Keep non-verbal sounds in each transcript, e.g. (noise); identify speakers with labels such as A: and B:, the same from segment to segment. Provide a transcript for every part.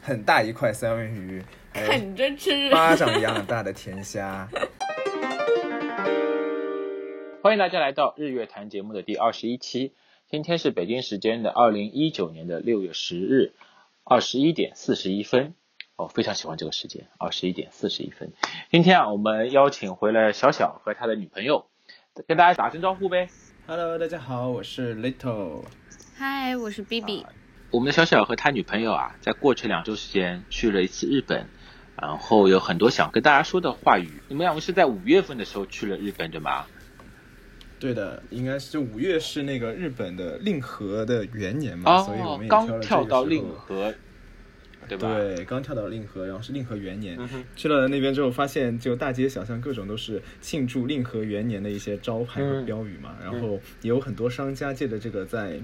A: 很大一块三文
B: (laughs)
A: 鱼，还有
C: 啃着吃。
A: 巴掌一样大的甜虾。
B: 欢迎大家来到日月谈节目的第二十一期。今天是北京时间的二零一九年的六月十日，二十一点四十一分。我、哦、非常喜欢这个时间，二十一点四十一分。今天啊，我们邀请回了小小和他的女朋友，跟大家打声招呼呗。
A: Hello，大家好，我是 Little。
C: 嗨，我是 B
A: 啊
C: B。
B: 我们的小小和他女朋友啊，在过去两周时间去了一次日本，然后有很多想跟大家说的话语。你们两个是在五月份的时候去了日本，对吗？
A: 对的，应该是五月是那个日本的令和的元年嘛，嗯所以我
B: 哦
A: 们，也挑
B: 刚
A: 了这个
B: 跳
A: 时
B: 到
A: 候
B: 令和，对吧？
A: 对，刚跳到令和，然后是令和元年。
B: 嗯哼
A: 去了那边之后，发现就大街小巷各种都是庆祝令和元年的一些招牌和
B: 嗯
A: 标语嘛，然后也有很多商家借着这个在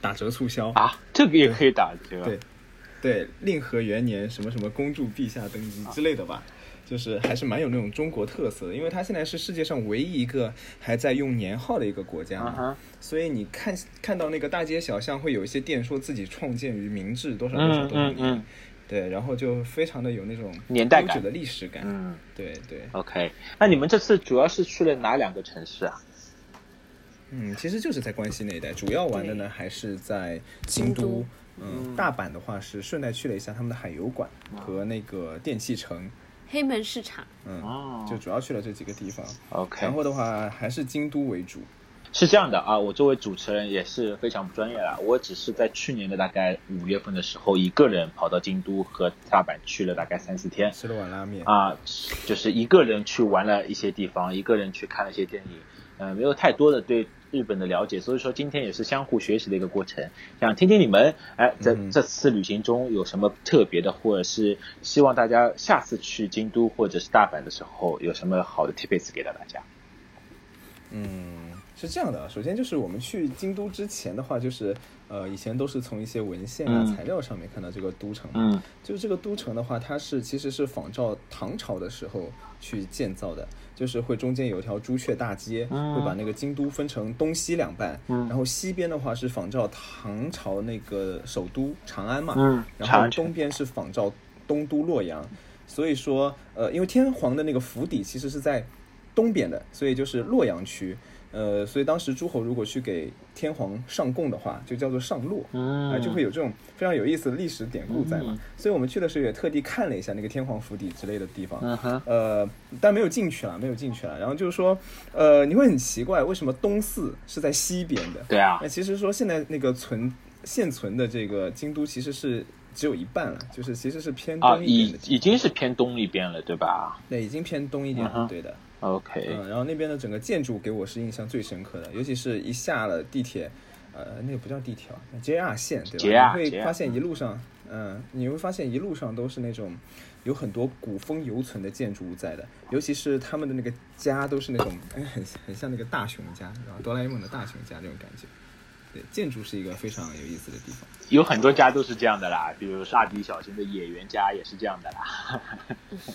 A: 打折促销。
B: 啊，这个也可以打折。
A: 对对，令和元年什么什么恭祝陛下登基之类的吧，就是还是蛮有那种中国特色的，因为它现在是世界上唯一一个还在用年号的一个国家
B: 啊
A: 嘛，
B: 哈，嗯
A: 所以你看看到那个大街小巷会有一些店说自己创建于明治多少多少
B: 嗯
A: 多少
B: 嗯
A: 年，
B: 嗯
A: 对，然后就非常的有那种
B: 年代
A: 悠
B: 感
A: 久的历史感，
B: 嗯
A: 对对，
B: ，OK。那你们这次主要是去了哪两个城市啊？
A: 嗯，其实就是在关西那一带，主要玩的呢还是在京
C: 京都
A: 都。嗯，大阪的话是顺带去了一下他们的海游馆和那个电器城，
C: 黑门市场，
A: 嗯，
B: 哦
A: 就主要去了这几个地方。
B: OK
A: 然。后的话还是京都为主。
B: 是这样的啊，我作为主持人也是非常不专业啦。我只是在去年的大概五月份的时候，一个人跑到京都和大阪去了大概三四天
A: 吃了碗拉面，
B: 啊，就是一个人去玩了一些地方，一个人去看了一些电影，呃，没有太多的对日本的了解，所以说今天也是相互学习的一个过程。想听听你们，哎，在
A: 嗯
B: 这次旅行中有什么特别的，或者是希望大家下次去京都或者是大阪的时候有什么好的 tips 给到大家？
A: 嗯，是这样的啊，首先就是我们去京都之前的话，就是呃，以前都是从一些文献啊、
B: 嗯
A: 材料上面看到这个都城嘛，
B: 嗯
A: 就是这个都城的话，它是其实是仿照唐朝的时候去建造的，就是会中间有一条朱雀大街，
B: 嗯
A: 会把那个京都分成东西两半，
B: 嗯
A: 然后西边的话是仿照唐朝那个首都长安嘛，
B: 嗯
A: 然
B: 长
A: 后
B: 安城
A: 东边是仿照东都洛阳，所以说呃，因为天皇的那个府邸其实是在东边的，所以就是洛阳区。呃，所以当时诸侯如果去给天皇上贡的话，就叫做上洛，
B: 嗯
A: 啊，就会有这种非常有意思的历史典故在嘛。
B: 嗯
A: 所以我们去的时候也特地看了一下那个天皇府邸之类的地方，
B: 嗯哼
A: 呃，但没有进去了，没有进去了。然后就是说，呃，你会很奇怪，为什么东寺是在西边的？
B: 对啊
A: 那其实说现在那个存现存的这个京都其实是只有一半了，就是其实是偏
B: 啊，
A: 东一点
B: 已
A: 的，
B: 已经是偏东一边了，对吧
A: 对，已经偏东一点
B: 嗯
A: 了，
B: 哼
A: 对的。
B: ？OK，
A: 嗯，然后那边的整个建筑给我是印象最深刻的，尤其是一下了地铁，呃，那个不叫地铁啊，JR 线对
B: JR
A: 吧？你会
B: JR
A: 发现一路上，嗯，你会发现一路上都是那种有很多古风犹存的建筑物在的，尤其是他们的那个家都是那种，哎，很很像那个大熊家，然后哆啦 A 梦的大熊家那种感觉。对，建筑是一个非常有意思的地方。
B: 有很多家都是这样的啦，比如说蜡笔小新的野原家也是这样的啦，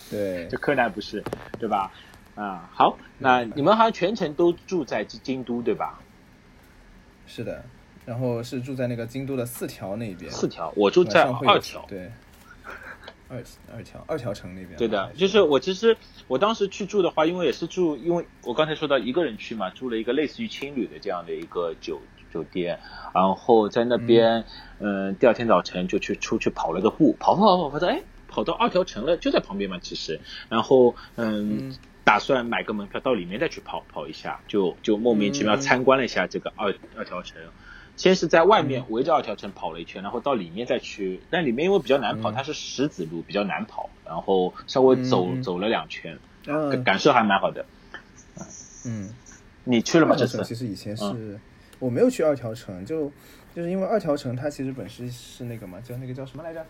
A: 对
B: 这，柯南不是，对吧？啊，好，那你们好像全程都住在京京都对吧？
A: 是的。然后是住在那个京都的四条那边，
B: 四条，我住
A: 晚
B: 在
A: 上会有
B: 二条。
A: 对，二二条二条城那边。嗯
B: 对的，就是我其实我当时去住的话，因为也是住，因为我刚才说到一个人去嘛，住了一个类似于青旅的这样的一个酒酒店，然后在那边，嗯、第二天早晨就去出去跑了个步，跑跑跑跑跑到哎，跑到二条城了，就在旁边嘛，其实，然后嗯。
A: 嗯
B: 打算买个门票到里面再去跑跑一下，就就莫名其妙
A: 嗯
B: 参观了一下这个二、二条城，先是在外
A: 嗯
B: 面围着二条城跑了一圈，然后到里面再去，但里面因为比较难跑，
A: 嗯
B: 它是石子路，比较难跑，然后稍微走、
A: 嗯嗯
B: 走了两圈，
A: 嗯
B: 感受还蛮好的。
A: 嗯，
B: 你去了吗？
A: 二
B: 这
A: 条城
B: 次
A: 其实以前是、
B: 嗯
A: 我没有去二条城，就就是因为二条城它其实本身是那个嘛，叫那个叫什么来着？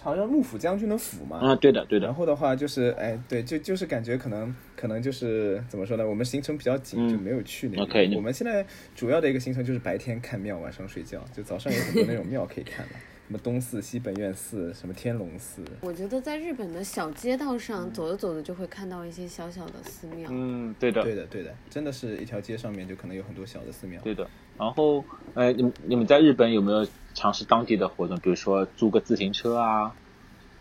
A: 好像幕府将军的府嘛。
B: 嗯，对的对
A: 然
B: 的，
A: 后的话就是，哎，对，就就是感觉可能可能就是怎么说呢？我们行程比较紧，
B: 嗯
A: 就没有去那边。
B: OK，你
A: 我们现在主要的一个行程就是白天看庙，晚上睡觉。就早上有很多那种庙可以看了，什么东寺、西本愿寺、什么天龙寺。
C: 我觉得在日本的小街道
A: 嗯
C: 上走着走着就会看到一些小小的寺庙。
B: 嗯，对的
A: 对的，对的，真的是一条街上面就可能有很多小的寺庙。
B: 对的。然后呃，你们你们在日本有没有尝试当地的活动，比如说租个自行车啊，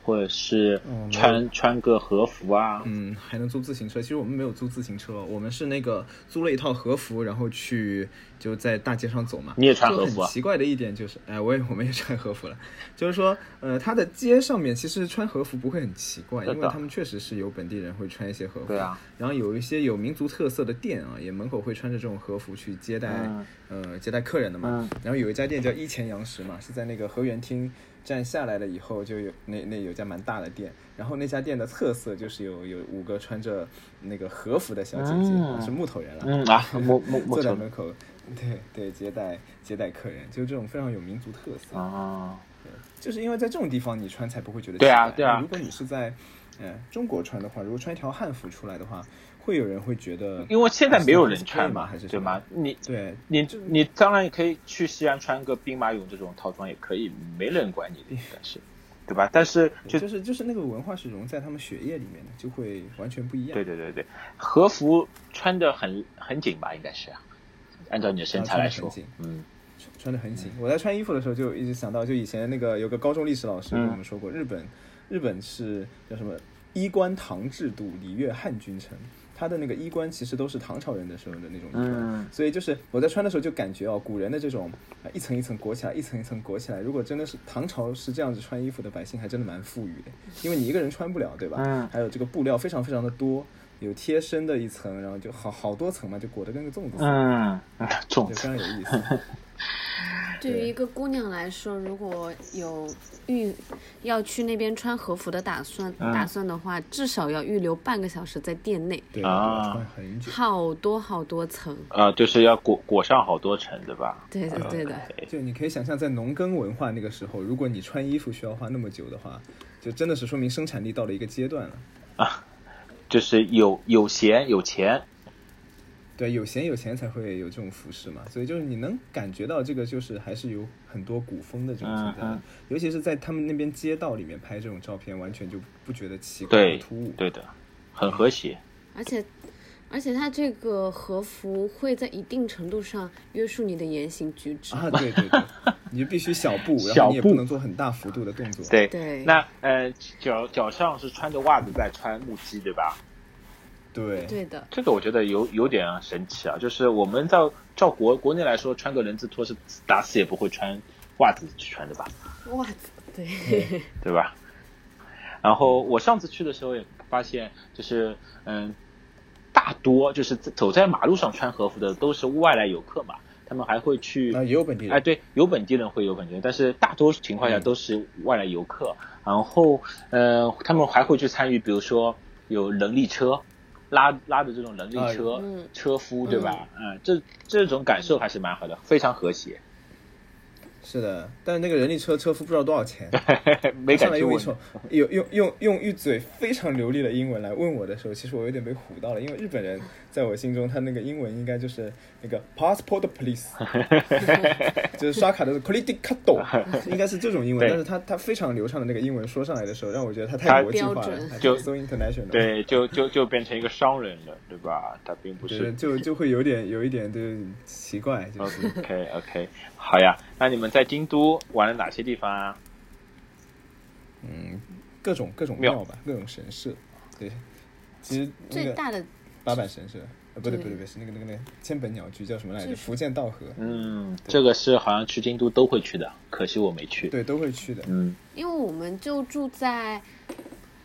B: 或者是
A: 嗯
B: 穿、穿个和服啊。
A: 嗯，还能租自行车。其实我们没有租自行车，我们是那个租了一套和服，然后去就在大街上走嘛。
B: 你也穿和服啊
A: 就很奇怪的一点就是，哎，我也我们也穿和服了。 (laughs) 就是说，呃，它的街上面其实穿和服不会很奇怪，
B: 是的
A: 因为他们确实是有本地人会穿一些和服。
B: 对啊。
A: 然后有一些有民族特色的店啊，也门口会穿着这种和服去接待、
B: 嗯
A: 呃接待客人的嘛。
B: 嗯
A: 然后有一家店叫一钱洋食嘛，是在那个河源厅站下来了以后，就有那那有家蛮大的店，然后那家店的特色就是有有五个穿着那个和服的小姐姐，
B: 嗯
A: 是木头人了，
B: 嗯啊，木木木
A: 坐在
B: 头
A: 门口，对对，接待接待客人，就这种非常有民族特色，
B: 啊，
A: 就是因为在这种地方你穿才不会觉得
B: 对啊
A: 奇怪哎
B: 对啊
A: 如果你是在呃中国穿的话，如果穿一条汉服出来的话，会有人会觉得，
B: 因为现在没有人
A: 还
B: 穿
A: 是
B: 嘛，
A: 还是
B: 对吗？？你
A: 对，
B: 你你当然也可以去西安穿个兵马俑这种套装也可以，没人管你的，应该是，对吧？但是就
A: 嗯就是就是那个文化是融在他们血液里面的，就会完全不一样。
B: 对对对对，和服穿的很很紧吧，应该是啊，按照你的身材来说
A: 啊穿得，
B: 嗯
A: 穿穿的很紧。我在穿衣服的时候就一直想到，就以前那个有个高中历史老师
B: 嗯
A: 跟我们说过，日本日本是叫什么衣冠唐制度，礼乐汉君臣。他的那个衣冠其实都是唐朝人的时候的那种衣冠，
B: 嗯
A: 所以就是我在穿的时候就感觉哦，古人的这种啊一层一层裹起来，一层一层裹起来。如果真的是唐朝是这样子穿衣服的，百姓还真的蛮富裕的，因为你一个人穿不了，对吧？
B: 嗯
A: 还有这个布料非常非常的多，有贴身的一层，然后就好好多层嘛，就裹得跟个粽子似的，
B: 嗯， (laughs) 粽
A: 就
B: 子
A: 非常有意思。
C: 对于
A: 对
C: 一个姑娘来说，如果有预要去那边穿和服的打算，
A: 嗯
C: 打算的话，至少要预留半个小时在店内，
A: 对，
B: (laughs) 啊
A: 穿很久。
C: 好多好多层。
B: 啊，就是要裹裹上好多层，对吧？
C: 对的，对的。
A: 就你可以想象，在农耕文化那个时候，如果你穿衣服需要花那么久的话，就真的是说明生产力到了一个阶段了。
B: 就是有有闲有钱，
A: 对，有闲有钱才会有这种服饰嘛，所以就是你能感觉到这个就是还是有很多古风的这种存在的，
B: 嗯嗯
A: 尤其是在他们那边街道里面拍这种照片，完全就不觉得奇怪
B: 对
A: 突兀。
B: 对的，很和谐，
C: 而且，而且它这个和服会在一定程度上约束你的言行举止。
A: 啊，对对对，
B: (laughs)
A: 你就必须小步，然
B: 小
A: 后你也不
B: 步
A: 能做很大幅度的动作。
B: 对
C: 对
B: 那呃脚脚上是穿着袜子在穿木屐，对吧？
A: 对
C: 对的，
B: 这个我觉得有有点神奇啊，就是我们在照国国内来说，穿个人字拖是打死也不会穿袜子去穿的吧，
C: 袜子，对，
B: 对吧？然后我上次去的时候也发现，就是嗯，大多就是走在马路上穿和服的都是外来游客嘛，他们还会去
A: 啊，也有本地人。
B: 哎，对，有本地人会有本地人，但是大多数情况下
A: 嗯
B: 都是外来游客。然后，呃，他们还会去参与，比如说有人力车，拉拉的这种人力
A: 啊
B: 车、
C: 嗯
B: 车夫，对吧？嗯，这这种感受还是蛮好的，非常和谐。
A: 是的，但是那个人力车车夫不知道多少钱。
B: 没
A: 上
B: 敢
A: 来
B: 去
A: 用一
B: 问，
A: 种有用用用一嘴非常流利的英文来问我的时候，其实我有点被唬到了，因为日本人在我心中他那个英文应该就是那个 passport
B: (laughs)
A: please，就是刷卡的 credit
B: (laughs)
A: card，应该是这种英文，
B: 对
A: 但是他他非常流畅的那个英文说上来的时候，让我觉得他
B: 他
A: 太国际化
C: 标
A: 了
C: 准，
A: 他
B: 就
A: so international，
B: 对，就就就变成一个商人了，对吧？他并不
A: 就是是。就就会有点有一点对奇怪，
B: (laughs)
A: 就是
B: OK OK，好呀。那你们在京都玩了哪些地方啊？
A: 嗯各种各种
B: 庙
A: 庙吧，各种神社，对，其实那
C: (laughs) 最
A: 个
C: 大的
A: 八坂神社，呃，不对
C: 对
A: 不对不对，是那个那个那个千本鸟居叫什么来着？
C: 就是
A: 福建道河，
B: 嗯，这个是好像去京都都会去的，可惜我没去。
A: 对，都会去的。
B: 嗯，
C: 因为我们就住在，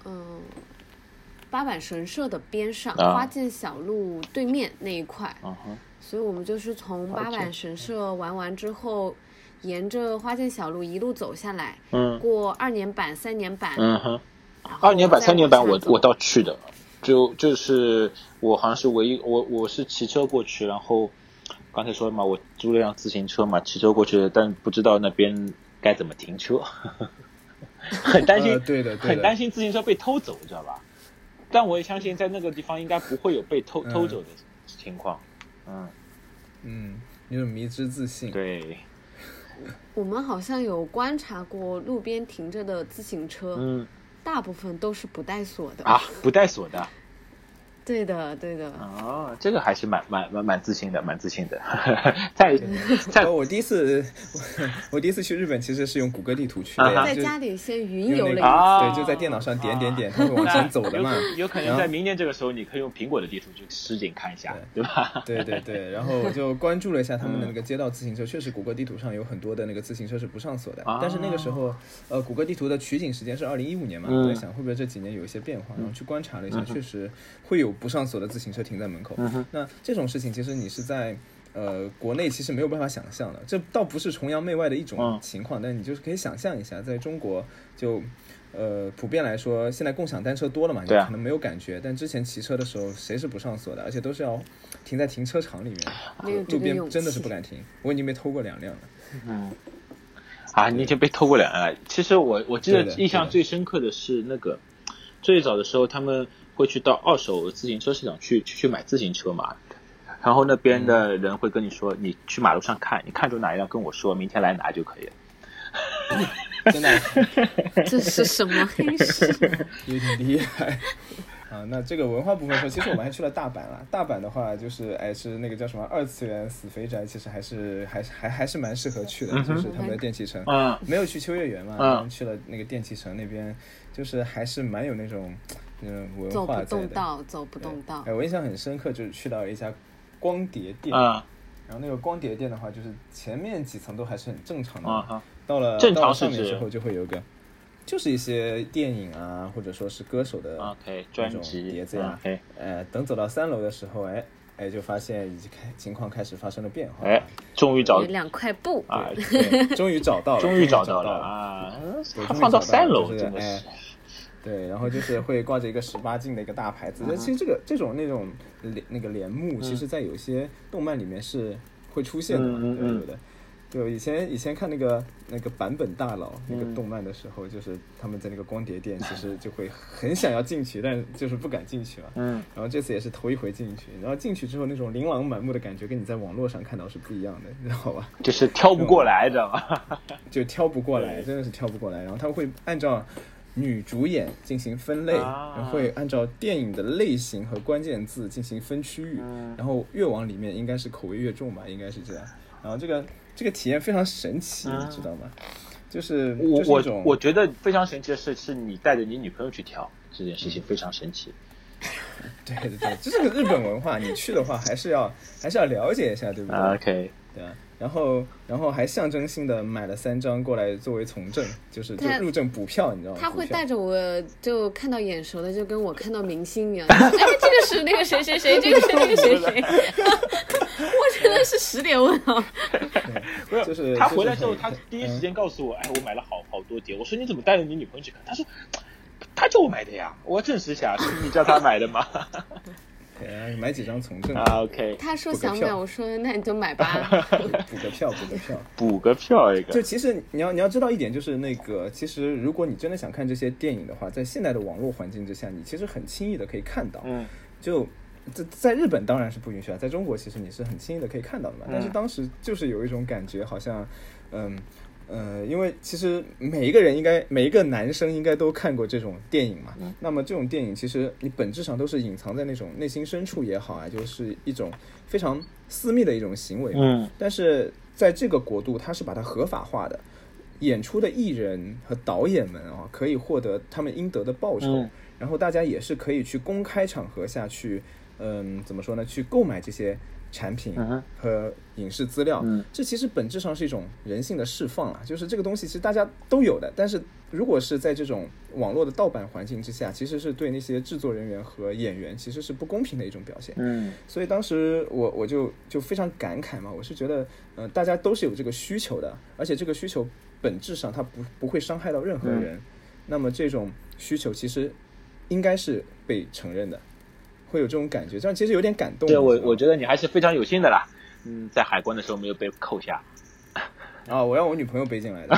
C: 嗯、八坂神社的边上，
B: 啊
C: 花见小路对面那一块，
B: 嗯哼。
C: 所以我们就是从
B: 花
C: 八
B: 见
C: 坂神社玩完之后，沿着花见小路一路走下来，
B: 嗯
C: 过二年坂、三年坂，
B: 嗯哼，
C: 然后
B: 二年版、
C: 再
B: 三年版
C: 往下
B: 我
C: 走
B: 我倒去的，就就是我好像是唯一我我是骑车过去，然后刚才说了嘛，我租了辆自行车嘛，骑车过去的，但不知道那边该怎么停车， (laughs) 很担心，
A: (laughs) 呃对的对的
B: 很担心自行车被偷走，知道吧？但我也相信在那个地方应该不会有被偷
A: 嗯
B: 偷走的情况。嗯，
A: 嗯，有种迷之自信。哦
B: 对，
C: 我们好像有观察过路边停着的自行车，
B: 嗯啊
C: 大部分都是不带锁的。
B: 啊，不带锁的，
C: 对的，对的。
B: 哦，这个还是蛮蛮蛮蛮自信的，蛮自信的。 (laughs) 在在
A: 哦，我第一次 (laughs) 我我第一次去日本其实是用谷歌地图去的
B: 啊
A: 呀，
C: 在
A: 就
C: 家里先云
A: 用
C: 游
A: 那个
C: 了一次，啊
B: 啊
A: 对，就在电脑上点点点，它会 (laughs) 往
B: 那
A: 前走的嘛。
B: 有有可
A: 然
B: 能
A: 后
B: 在明年这个时候，你可以用苹果的地图去实景看一下，对吧？
A: 对对对，然后我就关注了一下他们的那个街道自行车，确实谷歌地图上有很多的那个自行车是不上锁的，
B: 啊
A: 但是那个时候，呃，谷歌地图的取景时间是二零一五年嘛，
B: 嗯
A: 我在想会不会这几年有一些变化，然后去观察了一下，确实会有不上锁的自行车停在门口。
B: 嗯哼
A: 那这种事情其实你是在。呃，国内其实没有办法想象的，这倒不是崇洋媚外的一种
B: 嗯
A: 情况，但你就是可以想象一下，在中国就，呃，普遍来说，现在共享单车多了嘛，你
B: 对啊
A: 可能没有感觉，但之前骑车的时候，谁是不上锁的，而且都是要停在停车场里面，
C: 没有
A: 路
C: 这啊个勇
A: 边
C: 气。
A: 真的是不敢停。我已经被偷过两辆
C: (laughs)
A: 了。
B: (laughs) 啊，你已经被偷过两了。其实我我记得
A: 对的
B: 印
A: 对
B: 象
A: 的
B: 最深刻的是那个最早的时候，他们会去到二手自行车市场去去去买自行车嘛。然后那边的
A: 嗯
B: 人会跟你说，你去马路上看，你看中哪一辆跟我说，明天来拿就可以了。
A: 真的
C: 这是什么黑市？
A: 有点厉害。啊，那这个文化部分说，其实我们还去了大阪啦。大阪的话，就是哎，是那个叫什么二次元死肥宅，其实还是还是还还是蛮适合去的，就是他们的电器城。
B: 嗯，
A: 没有去秋叶原嘛，
B: 嗯
A: 然后去了那个电器城那边，就是还是蛮有那种嗯文
C: 走
A: 化
C: 不
A: 在
C: 动
A: 的。
C: 道，走不动道
A: 哎，。我印象很深刻，就是去到一家光碟店，
B: 啊
A: 然后那个光碟店的话，就是前面几层都还是很正常的嘛，
B: 啊哈，
A: 到了
B: 正常
A: 到了上
B: 是
A: 面
B: 指
A: 之后就会有一个，就是一些电影啊，或者说是歌手的
B: 啊 OK，
A: 那
B: 专
A: 种
B: 辑啊
A: 碟子呀、
B: OK，
A: 呃，等走到三楼的时候，哎哎，就发现已经开情况开始发生了变化。
B: 哎，终于找
C: 有两块布，
B: 啊，
A: 对，终于找到了，
B: 终
A: 于
B: 于
A: 找
B: 找到
A: 了
B: 了。啊
A: 对，
B: 他
A: 终于
B: 放
A: 找
B: 到
A: 到
B: 三
A: 了
B: 楼
A: 就是
B: 真的
A: 哎
B: 是。
A: 对，然后就是会挂着一个十八禁的一个大
B: (laughs)
A: 牌子。但其实这个这种那种帘那个帘幕，其实在有些动漫里面是会出现的嘛，
B: 嗯嗯嗯
A: 对
B: 嗯
A: 有的。对，以前以前看那个那个版本大佬那个
B: 嗯
A: 动漫的时候，就是他们在那个光碟店，其实就会很想要进去，但就是不敢进去嘛。
B: 嗯，
A: 然后这次也是头一回进去，然后进去之后那种琳琅满目的感觉，跟你在网络上看到是不一样的，你知道吧？
B: 就是挑不过来，知道吧？
A: 就挑不过来，
B: 对
A: 真的是挑不过来。然后他会按照女主演进行分类，
B: 啊
A: 然后会按照电影的类型和关键字进行分区域，
B: 嗯
A: 然后越往里面应该是口味越重吧，应该是这样。然后这个这个体验非常神奇，
B: 啊
A: 你知道吗？就是
B: 我
A: (laughs) 就是一
B: 我
A: 种
B: 我觉得非常神奇的是，是你带着你女朋友去挑这件
A: 嗯
B: 事情非常神奇。
A: 对对对，这是个日本文化，你去的话还是要还是要了解一下，对不对？
B: 啊 OK，
A: 对啊，然后然后还象征性的买了三张过来作为从证，就是就
C: 他
A: 入证补票，你知道吗？
C: 他会
A: 补票
C: 带着我，就看到眼熟的，就跟我看到明星一样。哎，这个是那个谁谁谁，这个是那个谁谁。我真的是十点问号。
B: 不是，
A: 就是
B: 他回来之后，
A: 就是
B: 他
A: 很嗯
B: 第一时间告诉我，哎，我买了好好多碟。我说你怎么带着你女朋友去看？他说。他叫我买的呀，我证实一下，是你叫他买
A: (laughs)
B: 的吗？
A: 对啊，买几张从证
B: 啊，OK，
C: 他说
A: 不敢
C: 想买，
A: 笑
C: 我说那你就
A: (laughs)
C: 买吧。
B: (laughs)
A: 补个票，补个票。
B: 补个票一
A: 就
B: 个，
A: 其实你要你要知道一点，就是那个，其实如果你真的想看这些电影的话，在现在的网络环境之下，你其实很轻易的可以看到。
B: 嗯，
A: 就在在日本当然是不允许啊，在中国其实你是很轻易的可以看到的嘛。
B: 嗯
A: 但是当时就是有一种感觉，好像，嗯。呃，因为其实每一个人应该，每一个男生应该都看过这种电影嘛。
B: 嗯
A: 那么这种电影其实你本质上都是隐藏在那种内心深处也好啊，就是一种非常私密的一种行为嘛。
B: 嗯
A: 但是在这个国度，它是把它合法化的。演出的艺人和导演们啊，可以获得他们应得的报酬，
B: 嗯
A: 然后大家也是可以去公开场合下去，嗯，怎么说呢？去购买这些产品
B: 嗯哼
A: 和影视资料，
B: 嗯
A: 这其实本质上是一种人性的释放啊，就是这个东西其实大家都有的，但是如果是在这种网络的盗版环境之下，其实是对那些制作人员和演员其实是不公平的一种表现。
B: 嗯
A: 所以当时我我就就非常感慨嘛，我是觉得，呃，大家都是有这个需求的，而且这个需求本质上它不不会伤害到任何
B: 嗯
A: 人，那么这种需求其实应该是被承认的，会有这种感觉，这样其实有点感动。啊
B: 对我
A: 你知道吗
B: 我觉得你还是非常有幸的啦，嗯，在海关的时候没有被扣下，
A: 啊，我让我女朋友背进来的，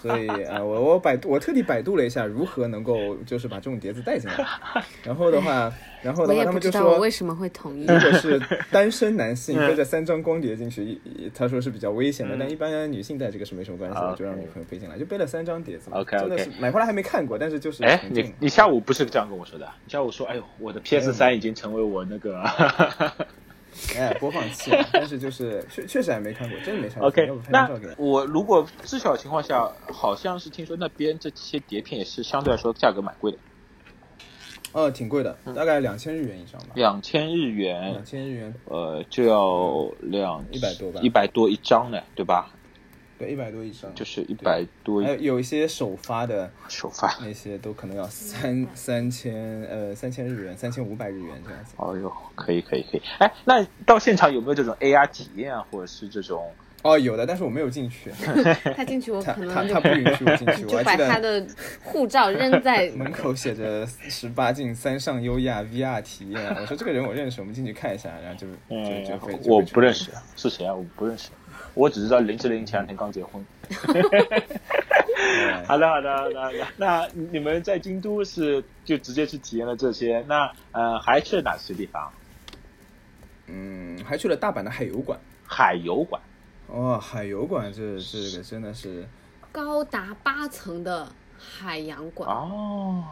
A: 所以啊，我我百度，我特地百度了一下如何能够就是把这种碟子带进来。然后的话，然后
C: 我
A: 的话，
C: 也
A: 他
C: 不
A: 们
C: 知
A: 就
C: 道我
A: 说
C: 为，什么会同意。
A: (laughs) 如果
B: (laughs)
A: 是单身男性
B: 嗯
A: 背着三张光碟进去，一一他说是比较危险的，但一般女性带这个是没什么关系的，
B: 啊 OK
A: 就让女朋友背进来，就背了三张碟子嘛。
B: OK，OK
A: 真的是买回来还没看过，但是就是
B: 哎，
A: 挺
B: 你
A: 重
B: 你下午不是这样跟我说的？你下午说，哎呦，我的 PS 三已经成为我那个
A: 哎播放器啊，但是就是确确实还没看过，真的没看过。
B: OK
A: 要不拍张
B: 那
A: 照给你。
B: 我如果知晓情况下，好像是听说那边这些碟片也是相对来说价格蛮贵的，
A: 哦，挺贵的，大概两千日元以上吧。
B: 嗯两千日
A: 两
B: 元，
A: 千日元，
B: 呃，就要两
A: 100多吧
B: 一百多一张呢，对吧？
A: 对，一百多以上。
B: 就是一百多
A: 还有
B: 一
A: 有一些首发的
B: 首 (laughs) 发。
A: 那些都可能要三三千呃三千日元，三千五百日元这样子。
B: 哦呦，可以可以可以，哎，那到现场有没有这种 AR 体验啊，或者是这种
A: 哦，有的，但是我没有进去，
C: 他进去，我
A: 他
C: 可
A: 他
C: 能
A: 他
C: 就
A: 不允许我进去，
C: (laughs) 就
A: 我还
C: 把
A: 记
C: 他
A: 得。嗯
C: 的护照扔
A: (laughs)
C: 在
A: 门口写着十八禁三上优亚 VR 体验，我说这个人我认识，我们进去看一下，然后就就就会。就
B: 嗯哎我
A: 会去
B: 不认识是谁啊？我不认识，我只知道林志玲前两天刚结婚。
A: 对
B: (laughs) 好的，好的，好的，好的。那你们在京都是就直接去体验了这些？那呃，还去了哪些地方？
A: 嗯，还去了大阪的海游馆。
B: 海游馆，
A: 哦，海游馆这这个真的是
C: 高达八层的海洋馆。
A: 啊
B: 哦，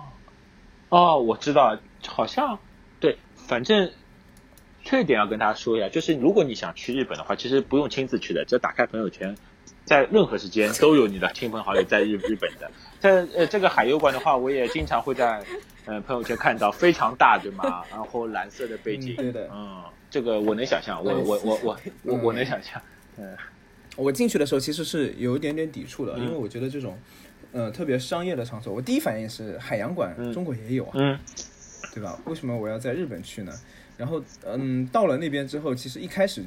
B: 哦，我知道，好像对，反正这一点要跟大家说一下，就是如果你想去日本的话，其实不用亲自去的，只要打开朋友圈，在任何时间都有你的亲朋好友在日 (laughs) 日本的。在呃这个海游馆的话，我也经常会在呃朋友圈看到，非常大，对吗？然后蓝色的背景，
A: 嗯对的哎嗯
B: 嗯，这个我能想象，我我我我我我能想象，
A: 我进去的时候其实是有一点点抵触的，
B: 嗯
A: 因为我觉得这种，呃，特别商业的场所，我第一反应是海洋馆，
B: 嗯
A: 中国也有啊，
B: 嗯
A: 对吧？为什么我要在日本去呢？然后，嗯，到了那边之后，其实一开始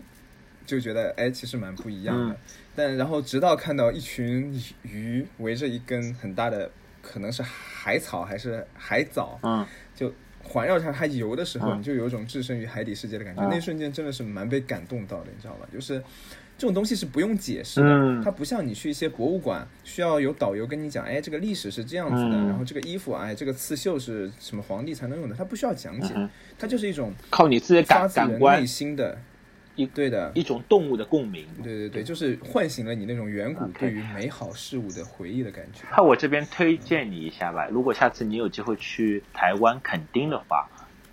A: 就觉得，哎，其实蛮不一样的。
B: 嗯
A: 但然后直到看到一群鱼围着一根很大的，可能是海草还是海藻，
B: 嗯，
A: 就环绕着它游的时候，
B: 嗯
A: 你就有一种置身于海底世界的感觉。
B: 嗯
A: 那一瞬间真的是蛮被感动到的，你知道吧？就是这种东西是不用解释的，
B: 嗯
A: 它不像你去一些博物馆需要有导游跟你讲，哎，这个历史是这样子的，
B: 嗯
A: 然后这个衣服，哎，这个刺绣是什么皇帝才能用的，它不需要讲解，
B: 嗯哼
A: 它就是一种
B: 靠你自己的
A: 发
B: 感
A: 自人
B: 感
A: 内
B: 官，
A: 心的
B: 一，
A: 对的。
B: 一种动物的共鸣，
A: 对对对，就是唤醒了你那种远古
B: OK
A: 对于美好事物的回忆的感觉。
B: 那我这边推荐你一下吧，如果下次你有机会去台湾垦丁的话，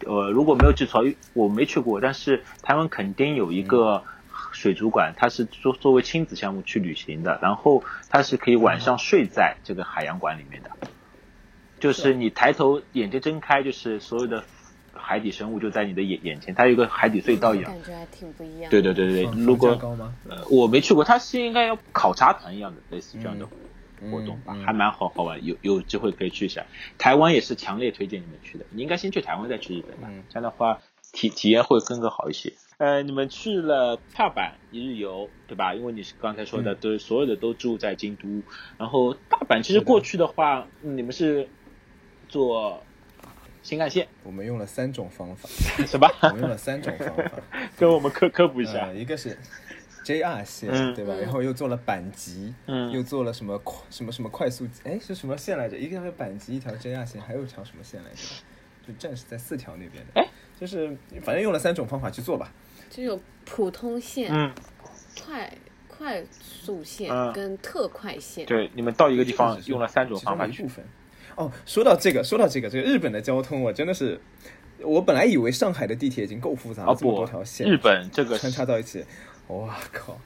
B: 呃，如果没有记错，我没去过，但是台湾垦丁有一个水族馆，它是作作为亲子项目去旅行的，然后它是可以晚上睡在这个海洋馆里面的，就是你抬头眼睛睁开，就是所有的海底生物就在你的眼眼前，它有一个海底隧道一样。
C: 嗯感觉还挺不一样。
B: 对对对对，
A: 放
B: 对如
A: 放价
B: 果
A: 高吗？
B: 呃我没去过，它是应该要考察团一样的，类似这样的
A: 嗯
B: 活动吧，
A: 嗯嗯
B: 还蛮好好玩，有有机会可以去一下。台湾也是强烈推荐你们去的，你应该先去台湾再去日本吧，
A: 嗯
B: 这样的话体体验会更更好一些。呃，你们去了大阪一日游，对吧？因为你是刚才说的，
A: 嗯
B: 都是所有的都住在京都，然后大阪其实
A: 是的
B: 过去的话，嗯你们是坐新干线
A: 我们用了三种方法，(laughs)
B: 什么？
A: 我们用了三种方
B: (laughs)
A: 法。
B: 跟我们科科普一下
A: 呃，，一个是 JR 线，
B: 嗯
A: 对吧？
C: 嗯
A: 然后又做了阪急，
B: 嗯
A: 又做了什么快什么什么快速，哎，是什么线来着？一个是阪急，一条 JR 线，还有一条什么线来着？就暂时在四条那边的。
B: 哎，
A: 就是反正用了三种方法去做吧。
C: 就有普通线、
B: 嗯，
C: 快快速线
B: 嗯
C: 跟特快线。
B: 对，你们到一个地方
A: 是是
B: 用了三种
A: 其中
B: 方法
A: 的一
B: 去
A: 部分。哦，说到这个，说到这个，这个日本的交通，我真的是，我本来以为上海的地铁已经够复杂了，
B: 啊
A: 这么
B: 不
A: 多条，线，
B: 日本这个
A: 穿插到一起，哇靠！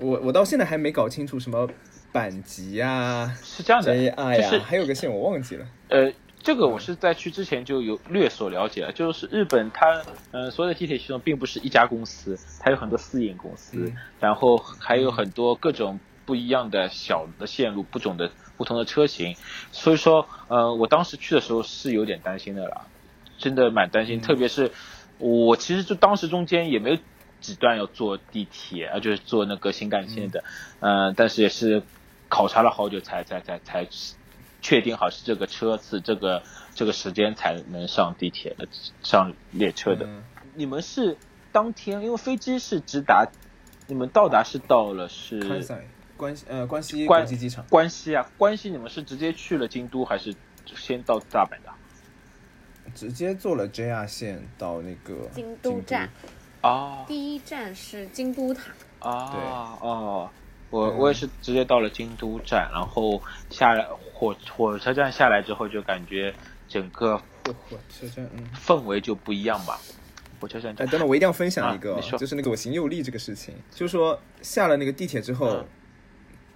A: 我我到现在还没搞清楚什么阪急呀、
B: 是这样的，
A: JR
B: 就是
A: 呀，还有个线我忘记了。
B: 呃，这个我是在去之前就有略所了解了，就是日本它呃所有的地铁系统并不是一家公司，它有很多私营公司，
A: 嗯
B: 然后还有很多各种不一样的小的线路、不同的不同的车型，所以说呃我当时去的时候是有点担心的啦，真的蛮担心，特别是我其实就当时中间也没有几段要坐地铁，啊，就是坐那个新干线的，呃，但是也是考察了好久才才才才确定好是这个车次这个这个时间才能上地铁的上列车的。
A: 嗯
B: 你们是当天，因为飞机是直达，你们到达是到了是
A: ，Kansai 关西呃关西
B: 关
A: 国际机场，
B: 关西啊，关西你们是直接去了京都，还是先到大阪的？
A: 直接坐了 JR 线到那个
C: 京都站，
B: 啊
C: 第一站是京都塔，
B: 啊哦，我
A: 嗯
B: 我也是直接到了京都站，然后下来火火车站下来之后，就感觉整个
A: 坐火车站，嗯。
B: 氛围就不一样吧。火车站
A: 哎，等等，我一定要分享一个，
B: 啊你说
A: 就是那个左行右力这个事情。就是说下了那个地铁之后，
B: 嗯